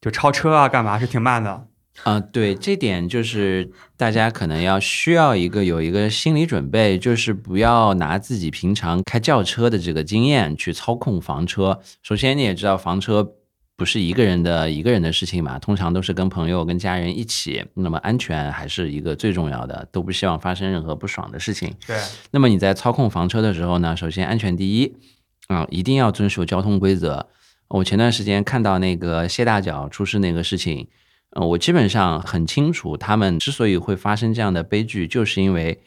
Speaker 2: 就超车啊干嘛是挺慢的。
Speaker 4: 啊、对，这点就是大家可能要需要一个有一个心理准备，就是不要拿自己平常开轿车的这个经验去操控房车。首先，你也知道房车不是一个人的一个人的事情嘛，通常都是跟朋友、跟家人一起，那么安全还是一个最重要的，都不希望发生任何不爽的事情。
Speaker 2: 对，
Speaker 4: 那么你在操控房车的时候呢，首先安全第一，啊、一定要遵守交通规则。我前段时间看到那个谢大脚出事那个事情，呃，我基本上很清楚，他们之所以会发生这样的悲剧，就是因为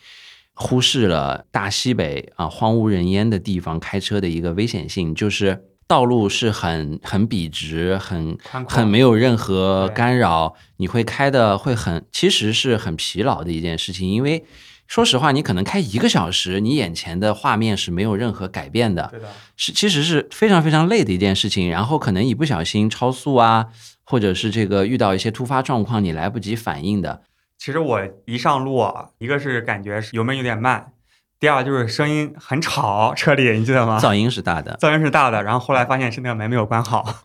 Speaker 4: 忽视了大西北啊、荒无人烟的地方开车的一个危险性，就是道路是很很笔直、很
Speaker 2: 宽阔
Speaker 4: 很没有任何
Speaker 2: 对
Speaker 4: 干扰，你会开的会很，其实是很疲劳的一件事情，因为。说实话，你可能开一个小时，你眼前的画面是没有任何改变的，
Speaker 2: 对的，
Speaker 4: 是其实是非常非常累的一件事情，然后可能一不小心超速啊，或者是这个遇到一些突发状况，你来不及反应的。
Speaker 2: 其实我一上路啊，一个是感觉是油门有点慢，第二就是声音很吵，车里你记得吗？
Speaker 4: 噪音是大的，
Speaker 2: 噪音是大的，然后后来发现是那个门没有关好。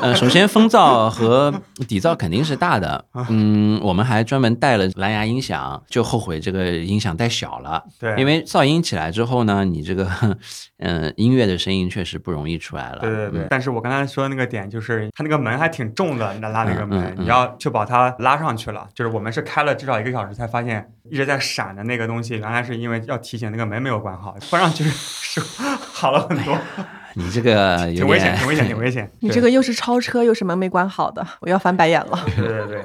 Speaker 4: 呃，首先风噪和底噪肯定是大的，
Speaker 2: 啊
Speaker 4: 嗯，我们还专门带了蓝牙音响，就后悔这个音响带小了，
Speaker 2: 对，
Speaker 4: 因为噪音起来之后呢，你这个嗯、呃音乐的声音确实不容易出来了，
Speaker 2: 对对对。
Speaker 4: 嗯
Speaker 2: 但是我刚才说的那个点就是，它那个门还挺重的，那拉那个门，
Speaker 4: 嗯嗯嗯
Speaker 2: 你要确保它拉上去了。就是我们是开了至少一个小时才发现一直在闪的那个东西，原来是因为要提醒那个门没有关好，关上去是 [laughs] 好了很多，
Speaker 4: 你这个哎有点
Speaker 2: 挺危险，挺危险，挺危
Speaker 4: [laughs]
Speaker 2: 险。
Speaker 5: 你
Speaker 2: 对
Speaker 5: 这个又是超车又是门没关好的， [laughs] 我要翻白眼
Speaker 2: [laughs]
Speaker 5: 了。
Speaker 2: 对对对。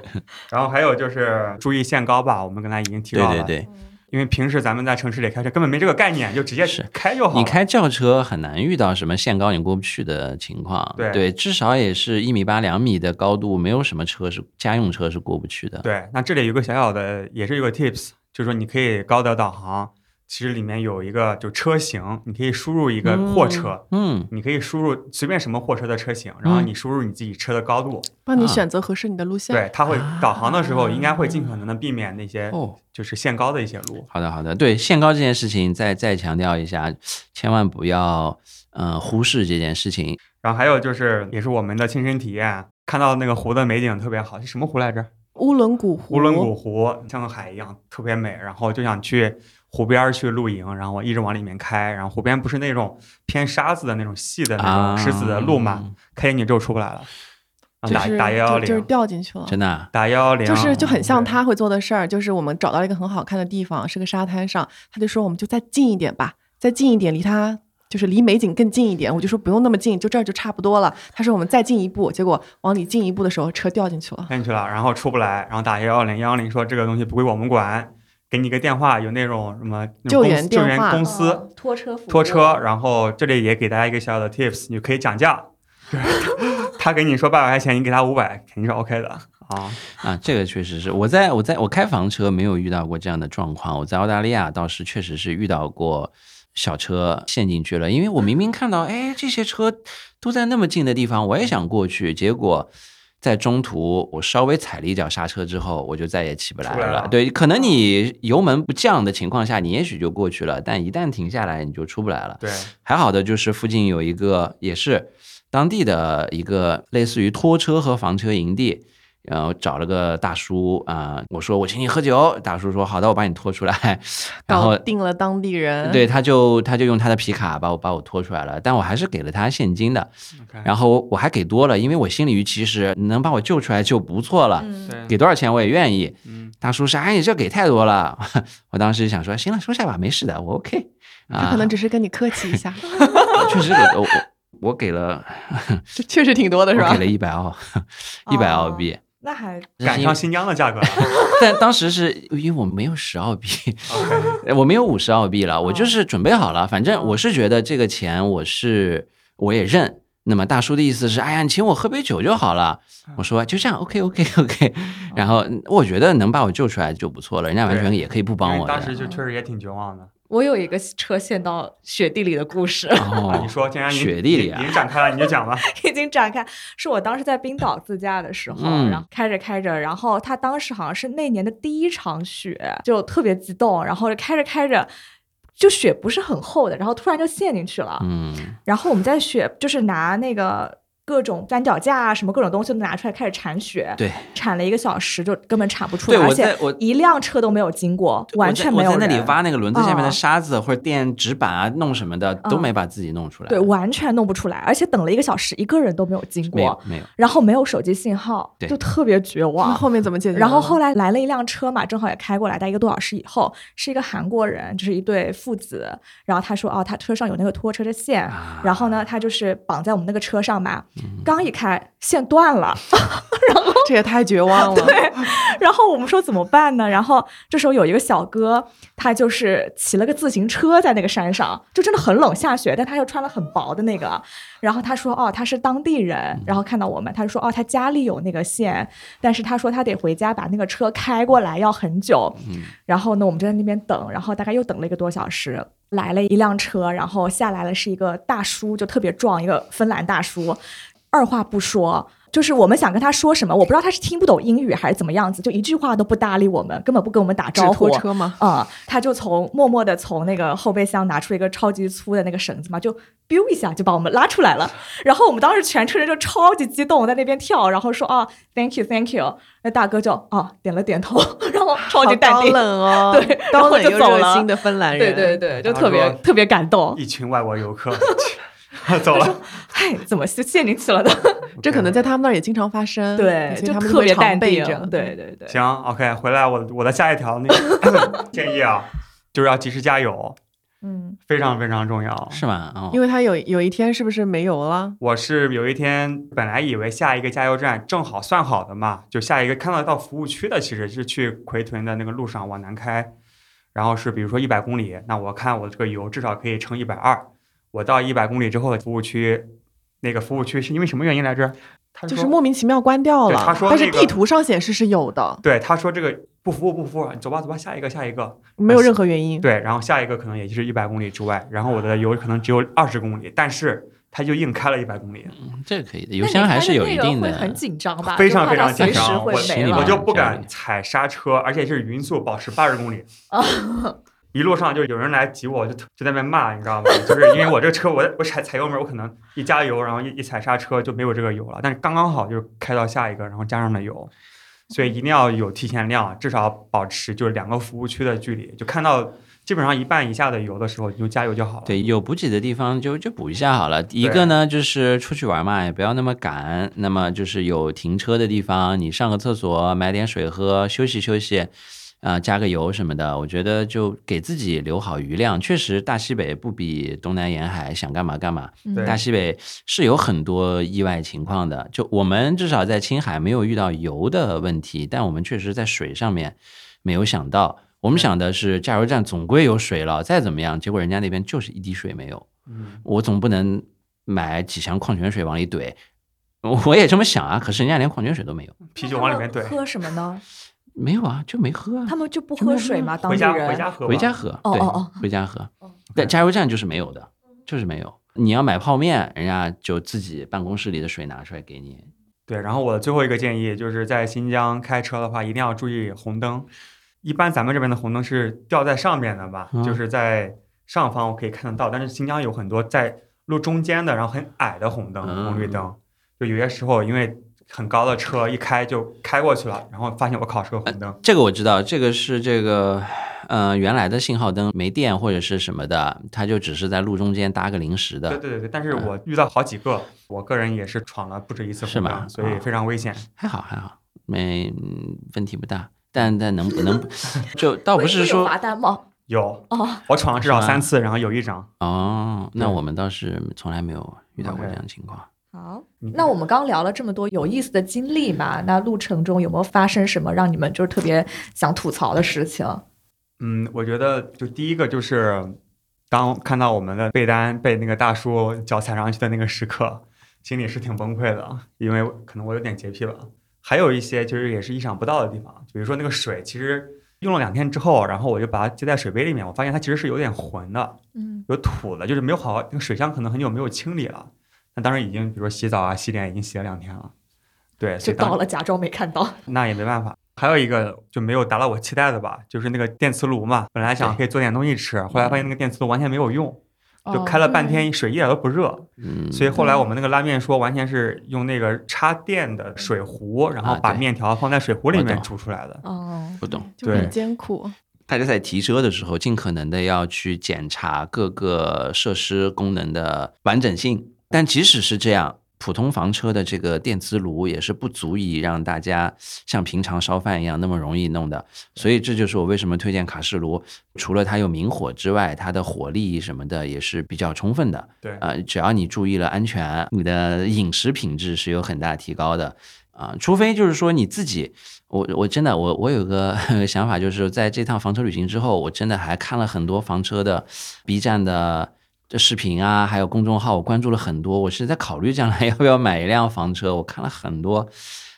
Speaker 2: 然后还有就是注意限高吧，我们刚才已经提
Speaker 4: 对
Speaker 2: 到了。
Speaker 4: 对对。
Speaker 2: 因为平时咱们在城市里开车根本没这个概念，就直接
Speaker 4: 是
Speaker 2: 开就好了。
Speaker 4: 你开轿车很难遇到什么限高你过不去的情况，
Speaker 2: 对
Speaker 4: 至少也是一米八、两米的高度，没有什么车是家用车是过不去的。
Speaker 2: 对，那这里有个小小的，也是有个 tips，就是说你可以高德导航，其实里面有一个就车型，你可以输入一个货车，
Speaker 4: 嗯，
Speaker 2: 你可以输入随便什么货车的车型，然后你输入你自己车的高度，
Speaker 5: 帮你
Speaker 4: 啊
Speaker 5: 选择合适你的路线。
Speaker 2: 对，它会导航的时候应该会尽可能的避免那些
Speaker 4: 嗯哦，
Speaker 2: 就是限高的一些路。
Speaker 4: 好的好的，对限高这件事情再再强调一下，千万不要呃忽视这件事情。
Speaker 2: 然后还有就是也是我们的亲身体验，看到那个湖的美景特别好，是什么湖来着？
Speaker 5: 乌伦古湖，
Speaker 2: 呼伦古湖像个海一样特别美，然后就想去湖边儿去露营，然后我一直往里面开，然后湖边不是那种偏沙子的那种细的那
Speaker 4: 啊
Speaker 2: 种石子的路嘛，
Speaker 4: 嗯
Speaker 2: 开进去之后出不来了。啊
Speaker 5: 就
Speaker 2: 打
Speaker 5: 是
Speaker 2: 打幺幺
Speaker 5: 就就是
Speaker 2: 零，
Speaker 5: 掉进去了，
Speaker 4: 真的啊、
Speaker 2: 打幺幺零，
Speaker 5: 就是就很像
Speaker 2: 对
Speaker 5: 他会做的事儿，就是我们找到一个很好看的地方，是个沙滩上，他就说我们就再近一点吧，再近一点，离他就是离美景更近一点。我就说不用那么近，就这儿就差不多了。他说我们再进一步，结果往里进一步的时候，车掉进去了。
Speaker 2: 进去了，然后出不来，然后打幺幺零，幺幺零说这个东西不归我们管，给你一个电话，有那种什么那种
Speaker 5: 救
Speaker 2: 公
Speaker 5: 援
Speaker 2: 司
Speaker 5: 电
Speaker 2: 救援
Speaker 5: 话嗯
Speaker 2: 公司
Speaker 1: 哦拖车服务
Speaker 2: 拖车，然后这里也给大家一个小小的 tips，你可以讲价， [laughs] 就是他给你说八百块钱，你给他五百，肯定是 OK 的啊。
Speaker 4: 这个确实是我在我在我开房车没有遇到过这样的状况，我在澳大利亚倒是确实是遇到过小车陷进去了，因为我明明看到哎这些车都在那么近的地方，我也想过去，结果。在中途，我稍微踩了一脚刹车之后，我就再也起不来
Speaker 2: 出来
Speaker 4: 了
Speaker 2: 了。
Speaker 4: 对，可能你油门不降的情况下，你也许就过去了，但一旦停下来，你就出不来了。
Speaker 2: 对，
Speaker 4: 还好的就是附近有一个也是当地的一个类似于拖车和房车营地，然后找了个大叔啊、我说我请你喝酒，大叔说好的，我把你拖出
Speaker 5: [laughs]
Speaker 4: 来，然
Speaker 5: 搞
Speaker 4: 后。
Speaker 5: 定了当地人，
Speaker 4: 对，，他就他就用他的皮卡把我把我拖出来了，但我还是给了他现金的，然后我还给多了，因为我心里预期是能把我救出来就不错了，
Speaker 1: 嗯，
Speaker 2: 对，
Speaker 4: 给多少钱我也愿意。
Speaker 2: 嗯，
Speaker 4: 大叔说：“哎，你这给太多了。”我当时想说：“行了，收下吧，没事的，我 OK。”
Speaker 5: 他
Speaker 4: 啊，
Speaker 5: 可能只是跟你客气一下，
Speaker 4: 确实给了我我我给了
Speaker 5: 这确实挺多的是
Speaker 4: 我
Speaker 5: 吧
Speaker 4: 给？了一百澳， [laughs] 一百澳币。
Speaker 3: 那还
Speaker 2: 赶上新疆的价格
Speaker 4: [laughs]
Speaker 2: 了。
Speaker 4: 但当时是因为我没有十澳币， [laughs]
Speaker 2: OK，
Speaker 4: 我没有五十澳币了，我
Speaker 3: 哦
Speaker 4: 就是准备好了。反正我是觉得这个钱我是我也认。那么大叔的意思是，哎呀，你请我喝杯酒就好了。
Speaker 3: 嗯
Speaker 4: 我说就这样，OK OK
Speaker 3: 哦
Speaker 4: OK。然 [laughs] 后我觉得能把我救出来就不错了，人家完全也可以不帮
Speaker 2: 因为
Speaker 4: 我
Speaker 2: 当时
Speaker 4: 的。
Speaker 2: 就确实也挺绝望的。
Speaker 1: 我有一个车陷到雪地里的故事，
Speaker 2: 啊 [laughs]
Speaker 4: 哦
Speaker 2: 你，说，既然您
Speaker 4: 雪地里啊
Speaker 2: 您您展开了，你就
Speaker 4: [laughs]
Speaker 2: 讲吧。
Speaker 3: [laughs] 已经展开。是我当时在冰岛自驾的时候，
Speaker 4: 嗯
Speaker 3: 然后开着开着，然后他当时好像是那年的第一场雪，就特别激动，然后开着开着。就雪不是很厚的，然后突然就陷进去了。
Speaker 4: 嗯，
Speaker 3: 然后我们在雪，就是拿那个各种三脚架啊，什么各种东西都拿出来开始铲雪，
Speaker 4: 对，
Speaker 3: 铲了一个小时就根本铲不出来，
Speaker 4: 对
Speaker 3: 而
Speaker 4: 我
Speaker 3: 且
Speaker 4: 在我
Speaker 3: 一辆车都没有经过，完全没有
Speaker 4: 我在。我在那里
Speaker 3: 人
Speaker 4: 挖那个轮子下面的
Speaker 3: 哦
Speaker 4: 沙子或者垫纸板啊，弄什么的都没把自己弄出来。
Speaker 3: 对，完全弄不出来，而且等了一个小时，一个人都没有经
Speaker 4: 没有
Speaker 3: 过，
Speaker 4: 没有。
Speaker 3: 然后没有手机信号，
Speaker 4: 对
Speaker 3: 就特别绝
Speaker 5: 那
Speaker 3: 望。
Speaker 5: 后面怎么解决？
Speaker 3: 然后后来来了一辆车嘛，正好也开过来，在一个多小时以后，是一个韩国人，就是一对父子。然后他说，哦，他车上有那个拖车的线，
Speaker 4: 啊
Speaker 3: 然后呢，他就是绑在我们那个车上嘛，刚一开线断了，
Speaker 5: 这也太绝望
Speaker 3: [laughs]
Speaker 5: 了。对，
Speaker 3: 然后我们说怎么办呢？然后这时候有一个小哥，他就是骑了个自行车在那个山上，就真的很冷，下雪，但他又穿了很薄的那个。然后他说哦，他是当地人，然后看到我们，他就说哦，他家里有那个线，但是他说他得回家把那个车开过来要很久。然后呢，我们就在那边等，然后大概又等了一个多小时。来了一辆车，然后下来了是一个大叔，就特别壮，一个芬兰大叔，二话不说，就是我们想跟他说什么，我不知道他是听不懂英语还是怎么样子，就一句话都不搭理我们，根本不跟我们打招呼
Speaker 5: 拖。
Speaker 3: [laughs]
Speaker 5: 车吗？
Speaker 3: 啊、他就从默默的从那个后备箱拿出一个超级粗的那个绳子嘛，就 biu 一下就把我们拉出来了。然后我们当时全车人就超级激动，在那边跳，然后说啊，thank you，thank you。那大哥就啊点了点头， [laughs] 然后啊超级淡
Speaker 5: 好
Speaker 3: 定
Speaker 5: 高，冷哦，
Speaker 3: 对然
Speaker 5: 高
Speaker 3: 后
Speaker 5: 冷
Speaker 3: 就
Speaker 5: 又
Speaker 3: 走
Speaker 5: 热
Speaker 3: 了
Speaker 5: 心的芬兰
Speaker 3: 对
Speaker 5: 人，
Speaker 3: 对对，就
Speaker 2: 他
Speaker 3: 特别
Speaker 2: 说
Speaker 3: 特别感动。
Speaker 2: 一群外国游客 [laughs] 走了，
Speaker 3: 嗨，怎么陷陷进去了 [laughs] 呢？
Speaker 5: [laughs] 这可能在他们那儿也经常发生，
Speaker 3: 对，
Speaker 5: 所以
Speaker 3: 就
Speaker 5: 他们
Speaker 3: 特
Speaker 5: 会
Speaker 3: 别
Speaker 5: 常
Speaker 3: 淡
Speaker 5: 备
Speaker 3: 定
Speaker 5: 着。。
Speaker 3: 对对对。
Speaker 2: 行，OK，回来我我的下一条那个 [coughs] 建议啊，就是要及时加油，
Speaker 3: 嗯，
Speaker 2: 非常非常重要。
Speaker 4: 是吗？哦，
Speaker 5: 因为他有有一天是不是没油了？
Speaker 2: 我是有一天本来以为下一个加油站正好算好的嘛，就下一个看得到服务区的，其实是去奎屯的那个路上往南开，然后是比如说一百公里，那我看我这个油至少可以乘一百二，我到一百公里之后的服务区，那个服务区是因为什么原因来着？他
Speaker 5: 就是
Speaker 2: 说
Speaker 5: 莫名其妙关掉了
Speaker 2: 对他，说
Speaker 5: 但是
Speaker 2: 那个
Speaker 5: 地图上显示是有的，
Speaker 2: 对，他说这个不服务不服务，你走吧走吧，下一个下一个。
Speaker 5: 没有任何原因。
Speaker 2: 呃对，然后下一个可能也就是一百公里之外，然后我的油可能只有二十公里，但是他就硬开了一百公里，
Speaker 4: 这个可以的，
Speaker 1: 那
Speaker 4: 邮
Speaker 1: 你
Speaker 4: 箱还是
Speaker 1: 开的
Speaker 4: 有
Speaker 1: 那
Speaker 4: 一
Speaker 1: 个
Speaker 4: 定
Speaker 1: 会
Speaker 4: 的。
Speaker 1: 很紧张吧？
Speaker 2: 非
Speaker 1: 啊就
Speaker 2: 常
Speaker 1: 怕
Speaker 2: 非常
Speaker 1: 它随
Speaker 2: 紧
Speaker 1: 时
Speaker 2: 张，
Speaker 1: 会
Speaker 2: 我
Speaker 1: 没
Speaker 4: 心里
Speaker 1: 了
Speaker 2: 我就不
Speaker 4: 这
Speaker 2: 敢
Speaker 4: 样
Speaker 2: 踩刹车，而且是匀速保持八十公里。
Speaker 1: 哦
Speaker 2: [laughs] 一路上就有人来挤我，就就在那边骂，你知道吗？就是因为我这个车，我我踩踩油门，我可能一加油，然后一一踩刹车就没有这个油了，但是刚刚好就是开到下一个，然后加上了油，所以一定要有提前量，至少保持就是两个服务区的距离，就看到基本上一半以下的油的时候，你就加油就好了。
Speaker 4: 对，有补给的地方就就补一下好了。一个呢，就是出去玩嘛，也不要那么赶。那么就是有停车的地方，你上个厕所，买点水喝，休息休息，啊、加个油什么的。我觉得就给自己留好余量。确实，大西北不比东南沿海，想干嘛干嘛。
Speaker 2: 对
Speaker 4: 大西北是有很多意外情况的。就我们至少在青海没有遇到油的问题，但我们确实在水上面没有想到。我们想的是加油站总归有水了，再怎么样，结果人家那边就是一滴水没有。
Speaker 2: 嗯，
Speaker 4: 我总不能买几箱矿泉水往里怼，我也这么想啊。可是人家连矿泉水都没有，
Speaker 2: 啤酒往里面怼，
Speaker 3: 喝什么
Speaker 2: [laughs]
Speaker 3: 呢？
Speaker 4: 没有啊，就没喝啊
Speaker 3: 他。们就不喝水吗？当
Speaker 2: 回
Speaker 3: 地
Speaker 2: 家
Speaker 3: 人
Speaker 2: 回家喝吧，
Speaker 4: 回家喝，
Speaker 3: 哦
Speaker 4: 对，
Speaker 3: 哦哦
Speaker 4: 回家喝
Speaker 3: 哦。
Speaker 4: 但加油站就是没有的，就是没有。你要买泡面，人家就自己办公室里的水拿出来给你。
Speaker 2: 对，然后我的最后一个建议就是在新疆开车的话，一定要注意红灯。一般咱们这边的红灯是吊在上面的吧，
Speaker 4: 嗯
Speaker 2: 就是在上方我可以看得到，但是新疆有很多在路中间的，然后很矮的红灯、
Speaker 4: 嗯
Speaker 2: 红绿灯，就有些时候因为很高的车一开就开过去了，然后发现我靠是个红灯，
Speaker 4: 这个我知道，这个是这个，呃，原来的信号灯没电或者是什么的，它就只是在路中间搭个临时
Speaker 2: 对
Speaker 4: 的。
Speaker 2: 对对对，但是我遇到好几个，我个人也是闯了不止一次
Speaker 4: 嗯是
Speaker 2: 红
Speaker 4: 吗啊
Speaker 2: 灯，所以非常危险。
Speaker 4: 还好还好，没嗯问题不大。但但能不能就倒不是
Speaker 3: 会有
Speaker 4: 说
Speaker 3: 罚单吗？
Speaker 2: 有，
Speaker 3: 哦，
Speaker 2: 我闯了至少
Speaker 4: 是吧
Speaker 2: 三次，然后有一张。
Speaker 4: 哦，那
Speaker 2: 对哎
Speaker 4: 我们倒是从来没有遇到过这样的情况。
Speaker 3: 好。
Speaker 2: 你
Speaker 3: 那我们刚聊了这么多有意思的经历嘛，那路程中有没有发生什么让你们就是特别想吐槽的事情？
Speaker 2: 嗯，我觉得就第一个就是，当看到我们的被单被那个大叔脚踩上去的那个时刻，心里是挺崩溃的，因为可能我有点洁癖吧。还有一些就是也是意想不到的地方，比如说那个水，其实用了两天之后，然后我就把它接在水杯里面，我发现它其实是有点浑的，
Speaker 3: 嗯，
Speaker 2: 有土的，就是没有好好那个水箱可能很久没有清理了。那当然已经，比如说洗澡啊、洗脸已经洗了两天了，对，所
Speaker 3: 就
Speaker 2: 以当
Speaker 3: 到了假装没看到。
Speaker 2: 那也没办法。还有一个就没有达到我期待的吧，就是那个电磁炉嘛，本来想可以做点东西吃，后来发现那个电磁炉完全没有用，
Speaker 5: 哦
Speaker 2: 就开了半天水一点都不热，
Speaker 4: 嗯，
Speaker 2: 所以后来我们那个拉面说完全是用那个插电的水壶，然后
Speaker 4: 啊
Speaker 2: 把
Speaker 4: 对
Speaker 2: 面条放在水壶里
Speaker 4: 我
Speaker 2: 面
Speaker 4: 懂
Speaker 2: 煮出来的。
Speaker 3: 哦，
Speaker 4: 不懂。
Speaker 5: 就很
Speaker 2: 对
Speaker 5: 艰苦。
Speaker 4: 大家在提车的时候，尽可能的要去检查各个设施功能的完整性。但即使是这样，普通房车的这个电磁炉也是不足以让大家像平常烧饭一样那么容易弄的。所以这就是我为什么推荐卡式炉，除了它有明火之外，它的火力什么的也是比较充分的。
Speaker 2: 对
Speaker 4: 呃，只要你注意了安全，你的饮食品质是有很大提高的。啊、除非就是说你自己，我我真的我我有个 [laughs] 想法，就是在这趟房车旅行之后，我真的还看了很多房车的 B 站的这视频啊，还有公众号，我关注了很多。我是在考虑将来要不要买一辆房车，我看了很多。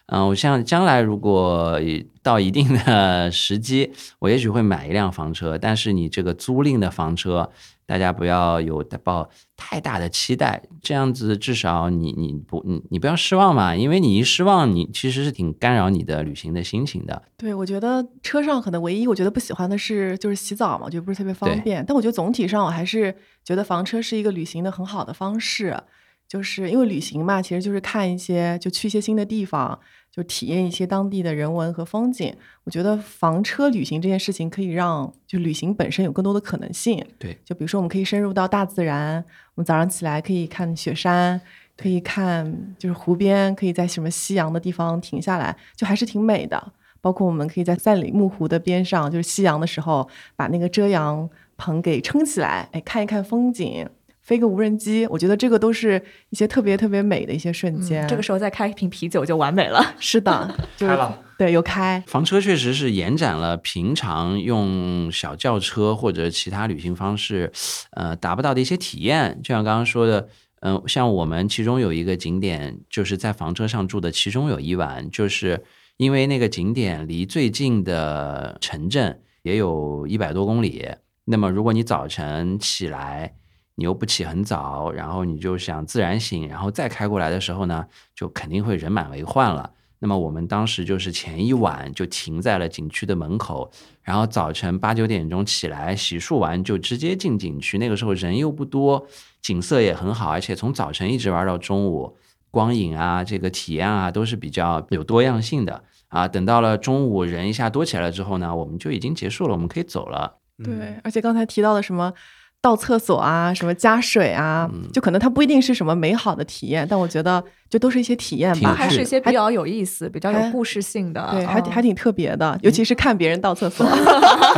Speaker 4: [laughs] 嗯，我像将来如果到一定的时机，我也许会买一辆房车，但是你这个租赁的房车，大家不要有抱太大的期待，这样子至少你你不你你不要失望嘛，因为你一失望，你其实是挺干扰你的旅行的心情的。
Speaker 5: 对，我觉得车上可能唯一我觉得不喜欢的是就是洗澡嘛，我觉得不是特别
Speaker 4: 对
Speaker 5: 方便。但我觉得总体上我还是觉得房车是一个旅行的很好的方式，就是因为旅行嘛，其实就是看一些就去一些新的地方，就体验一些当地的人文和风景。我觉得房车旅行这件事情可以让就旅行本身有更多的可能性。
Speaker 4: 对，
Speaker 5: 就比如说我们可以深入到大自然，我们早上起来可以看雪山。可以看，就是湖边，可以在什么夕阳的地方停下来，就还是挺美的。包括我们可以在三里木湖的边上，就是夕阳的时候，把那个遮阳棚给撑起来，哎，看一看风景，飞个无人机，我觉得这个都是一些特别特别美的一些瞬间。
Speaker 3: 嗯这个时候再开一瓶啤酒就完美了。
Speaker 5: 是的， [laughs] 就是
Speaker 2: 开了
Speaker 5: 对，有开，
Speaker 4: 房车确实是延展了平常用小轿车或者其他旅行方式，呃，达不到的一些体验。就像刚刚说的，嗯、像我们其中有一个景点，就是在房车上住的，其中有一晚，就是因为那个景点离最近的城镇也有一百多公里。那么如果你早晨起来，你又不起很早，然后你就想自然醒，然后再开过来的时候呢，就肯定会人满为患了。那么我们当时就是前一晚就停在了景区的门口，然后早晨八九点钟起来洗漱完就直接进景区。那个时候人又不多，景色也很好，而且从早晨一直玩到中午，光影啊、这个体验啊都是比较有多样性的啊。等到了中午人一下多起来了之后呢，我们就已经结束了，我们可以走了。
Speaker 2: 嗯
Speaker 5: 对，而且刚才提到的什么倒厕所啊，什么加水啊，
Speaker 4: 嗯
Speaker 5: 就可能它不一定是什么美好的体验，但我觉得就都是一些体验
Speaker 4: 挺
Speaker 5: 吧，
Speaker 4: 有
Speaker 3: 哦还
Speaker 4: 趣
Speaker 3: 是一
Speaker 4: 的啊
Speaker 3: 些比
Speaker 5: 还
Speaker 3: 较有意思、比较
Speaker 5: 还
Speaker 3: 有故事性的，
Speaker 5: 对，还
Speaker 3: 嗯
Speaker 5: 挺还挺特别的，尤其是看别人倒厕所，
Speaker 4: 嗯
Speaker 5: [laughs]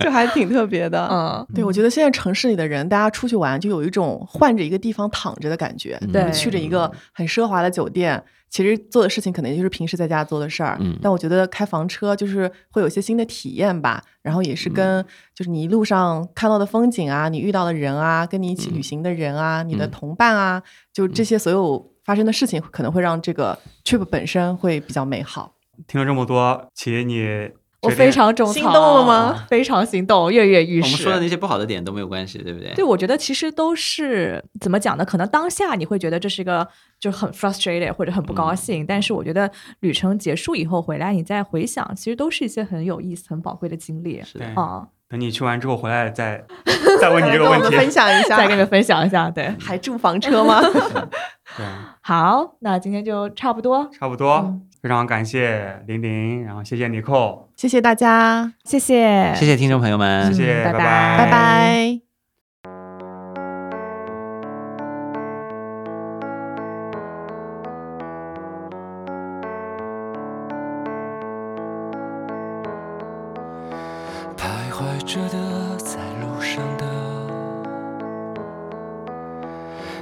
Speaker 5: 就还挺特别的。
Speaker 3: 嗯，
Speaker 5: 对，我觉得现在城市里的人，大家出去玩就有一种换着一个地方躺着的感觉，
Speaker 4: 嗯
Speaker 3: 对
Speaker 5: 去着一个很奢华的酒店，其实做的事情可能就是平时在家做的事儿。
Speaker 4: 嗯
Speaker 5: 但我觉得开房车就是会有一些新的体验吧，然后也
Speaker 3: 嗯
Speaker 5: 是跟就是你一路上看到的风景啊，你遇到的人啊，跟你一起
Speaker 3: 嗯
Speaker 5: 旅行的人啊，你的
Speaker 4: 嗯
Speaker 5: 同伴啊，就这些所有发生的事情，可能会让这个 trip 本身会比较美好。
Speaker 2: 听了这么多，琪你
Speaker 1: 我
Speaker 2: 决定
Speaker 1: 非常种草，
Speaker 5: 心动了
Speaker 3: 啊
Speaker 5: 吗？
Speaker 1: 非常心动，跃跃欲
Speaker 4: 我们说的
Speaker 1: 试。
Speaker 4: 那些不好的点都没有关系，对不对？
Speaker 3: 对，我觉得其实都是怎么讲呢？可能当下你会觉得这是一个就很 frustrated 或者很不高
Speaker 4: 嗯
Speaker 3: 兴，但是我觉得旅程结束以后回来，你再回想，其实都是一些很有意思、很宝贵的经历
Speaker 4: 是的
Speaker 2: 对
Speaker 3: 啊。
Speaker 2: 等你去完之后回来再再问你这
Speaker 5: [laughs] 跟
Speaker 2: 个
Speaker 5: 我
Speaker 2: 问
Speaker 5: 们
Speaker 2: 题
Speaker 5: 分。享一下，
Speaker 3: 再跟你们分享一下，对，
Speaker 5: 还住房车吗？ [laughs]
Speaker 2: 对，
Speaker 3: 好，那今天就差不多，
Speaker 2: 差不多。
Speaker 5: 嗯
Speaker 2: 非常感谢玲玲，然后谢谢尼寇，
Speaker 5: 谢谢大家，
Speaker 3: 谢谢，嗯
Speaker 4: 谢谢听众朋友们，
Speaker 2: 谢谢，
Speaker 3: 拜拜
Speaker 2: 拜
Speaker 5: 拜拜。
Speaker 6: 徘徊着的，在路上的，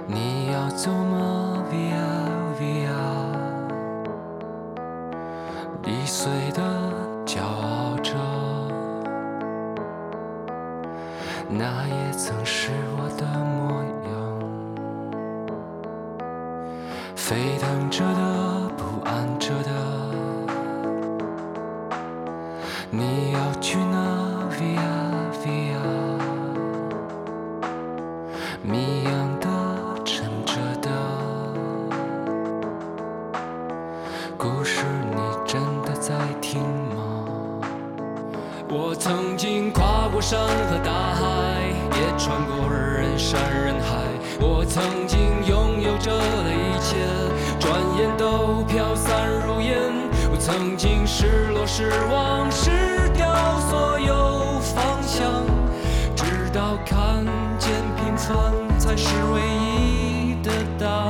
Speaker 6: 你要走吗？Via Via，易碎的，骄傲着，那也曾是我的模样，沸腾着的，不安着的。你要去哪？Via 啊 Via，谜一样的，沉着的，故事你真的在听吗？我曾经跨过山和大海，也穿过人山人海。我曾经拥有着的一切，转眼都飘散如烟。我曾经失落、失望、失掉所有方向，直到看见平凡才是唯一的答案。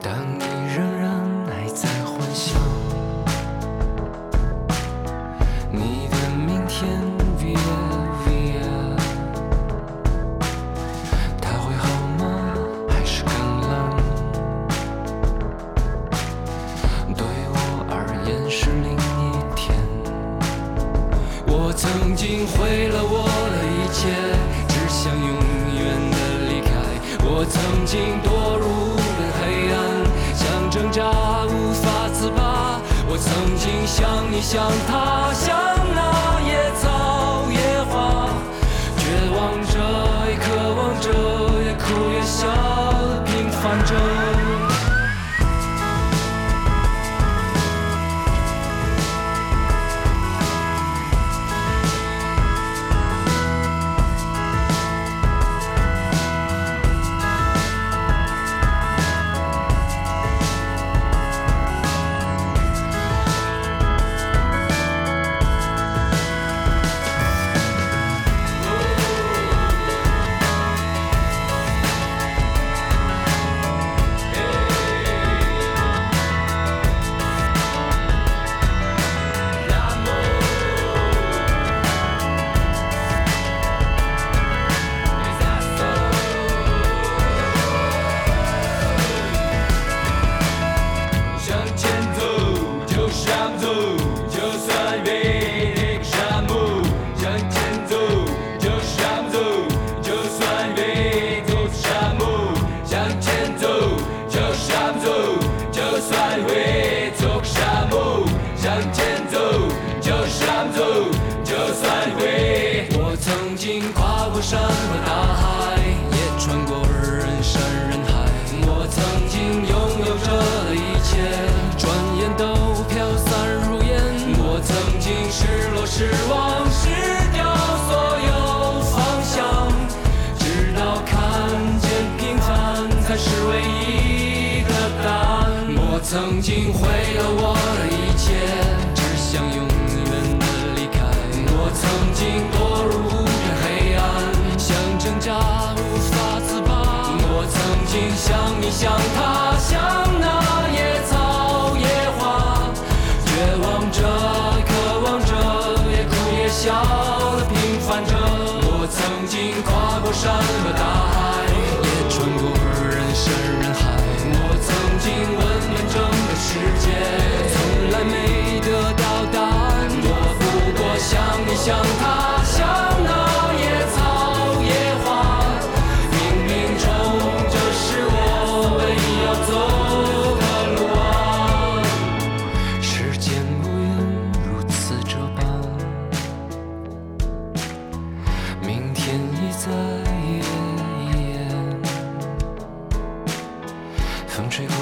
Speaker 6: 但你仍然还在幻想，你的明天，Via Via，它会好吗？还是更冷？对我而言是另一天。我曾经毁了我的一切，只想永远的离开。我曾经堕入无边黑暗，想挣扎无法自拔。我曾经像你，像他，像那野草野花，绝望着，也渴望着，也哭也笑，平凡着。Hey, 才是唯一的答案。我曾经毁了我的一切，只想永远的离开。我曾经堕入无边黑暗，想挣扎无法自拔。我曾经像你，像他，像那野草野花，绝望着，渴望着，也哭也笑的平凡着。我曾经跨过山和大海，也穿过人山人海。我曾经问遍整个世界，从来没得到答案。我不过像你，像他，像那野草野花，冥冥中这是我唯一要走的路啊。时间无言，如此这般。明天已在眼前，风吹过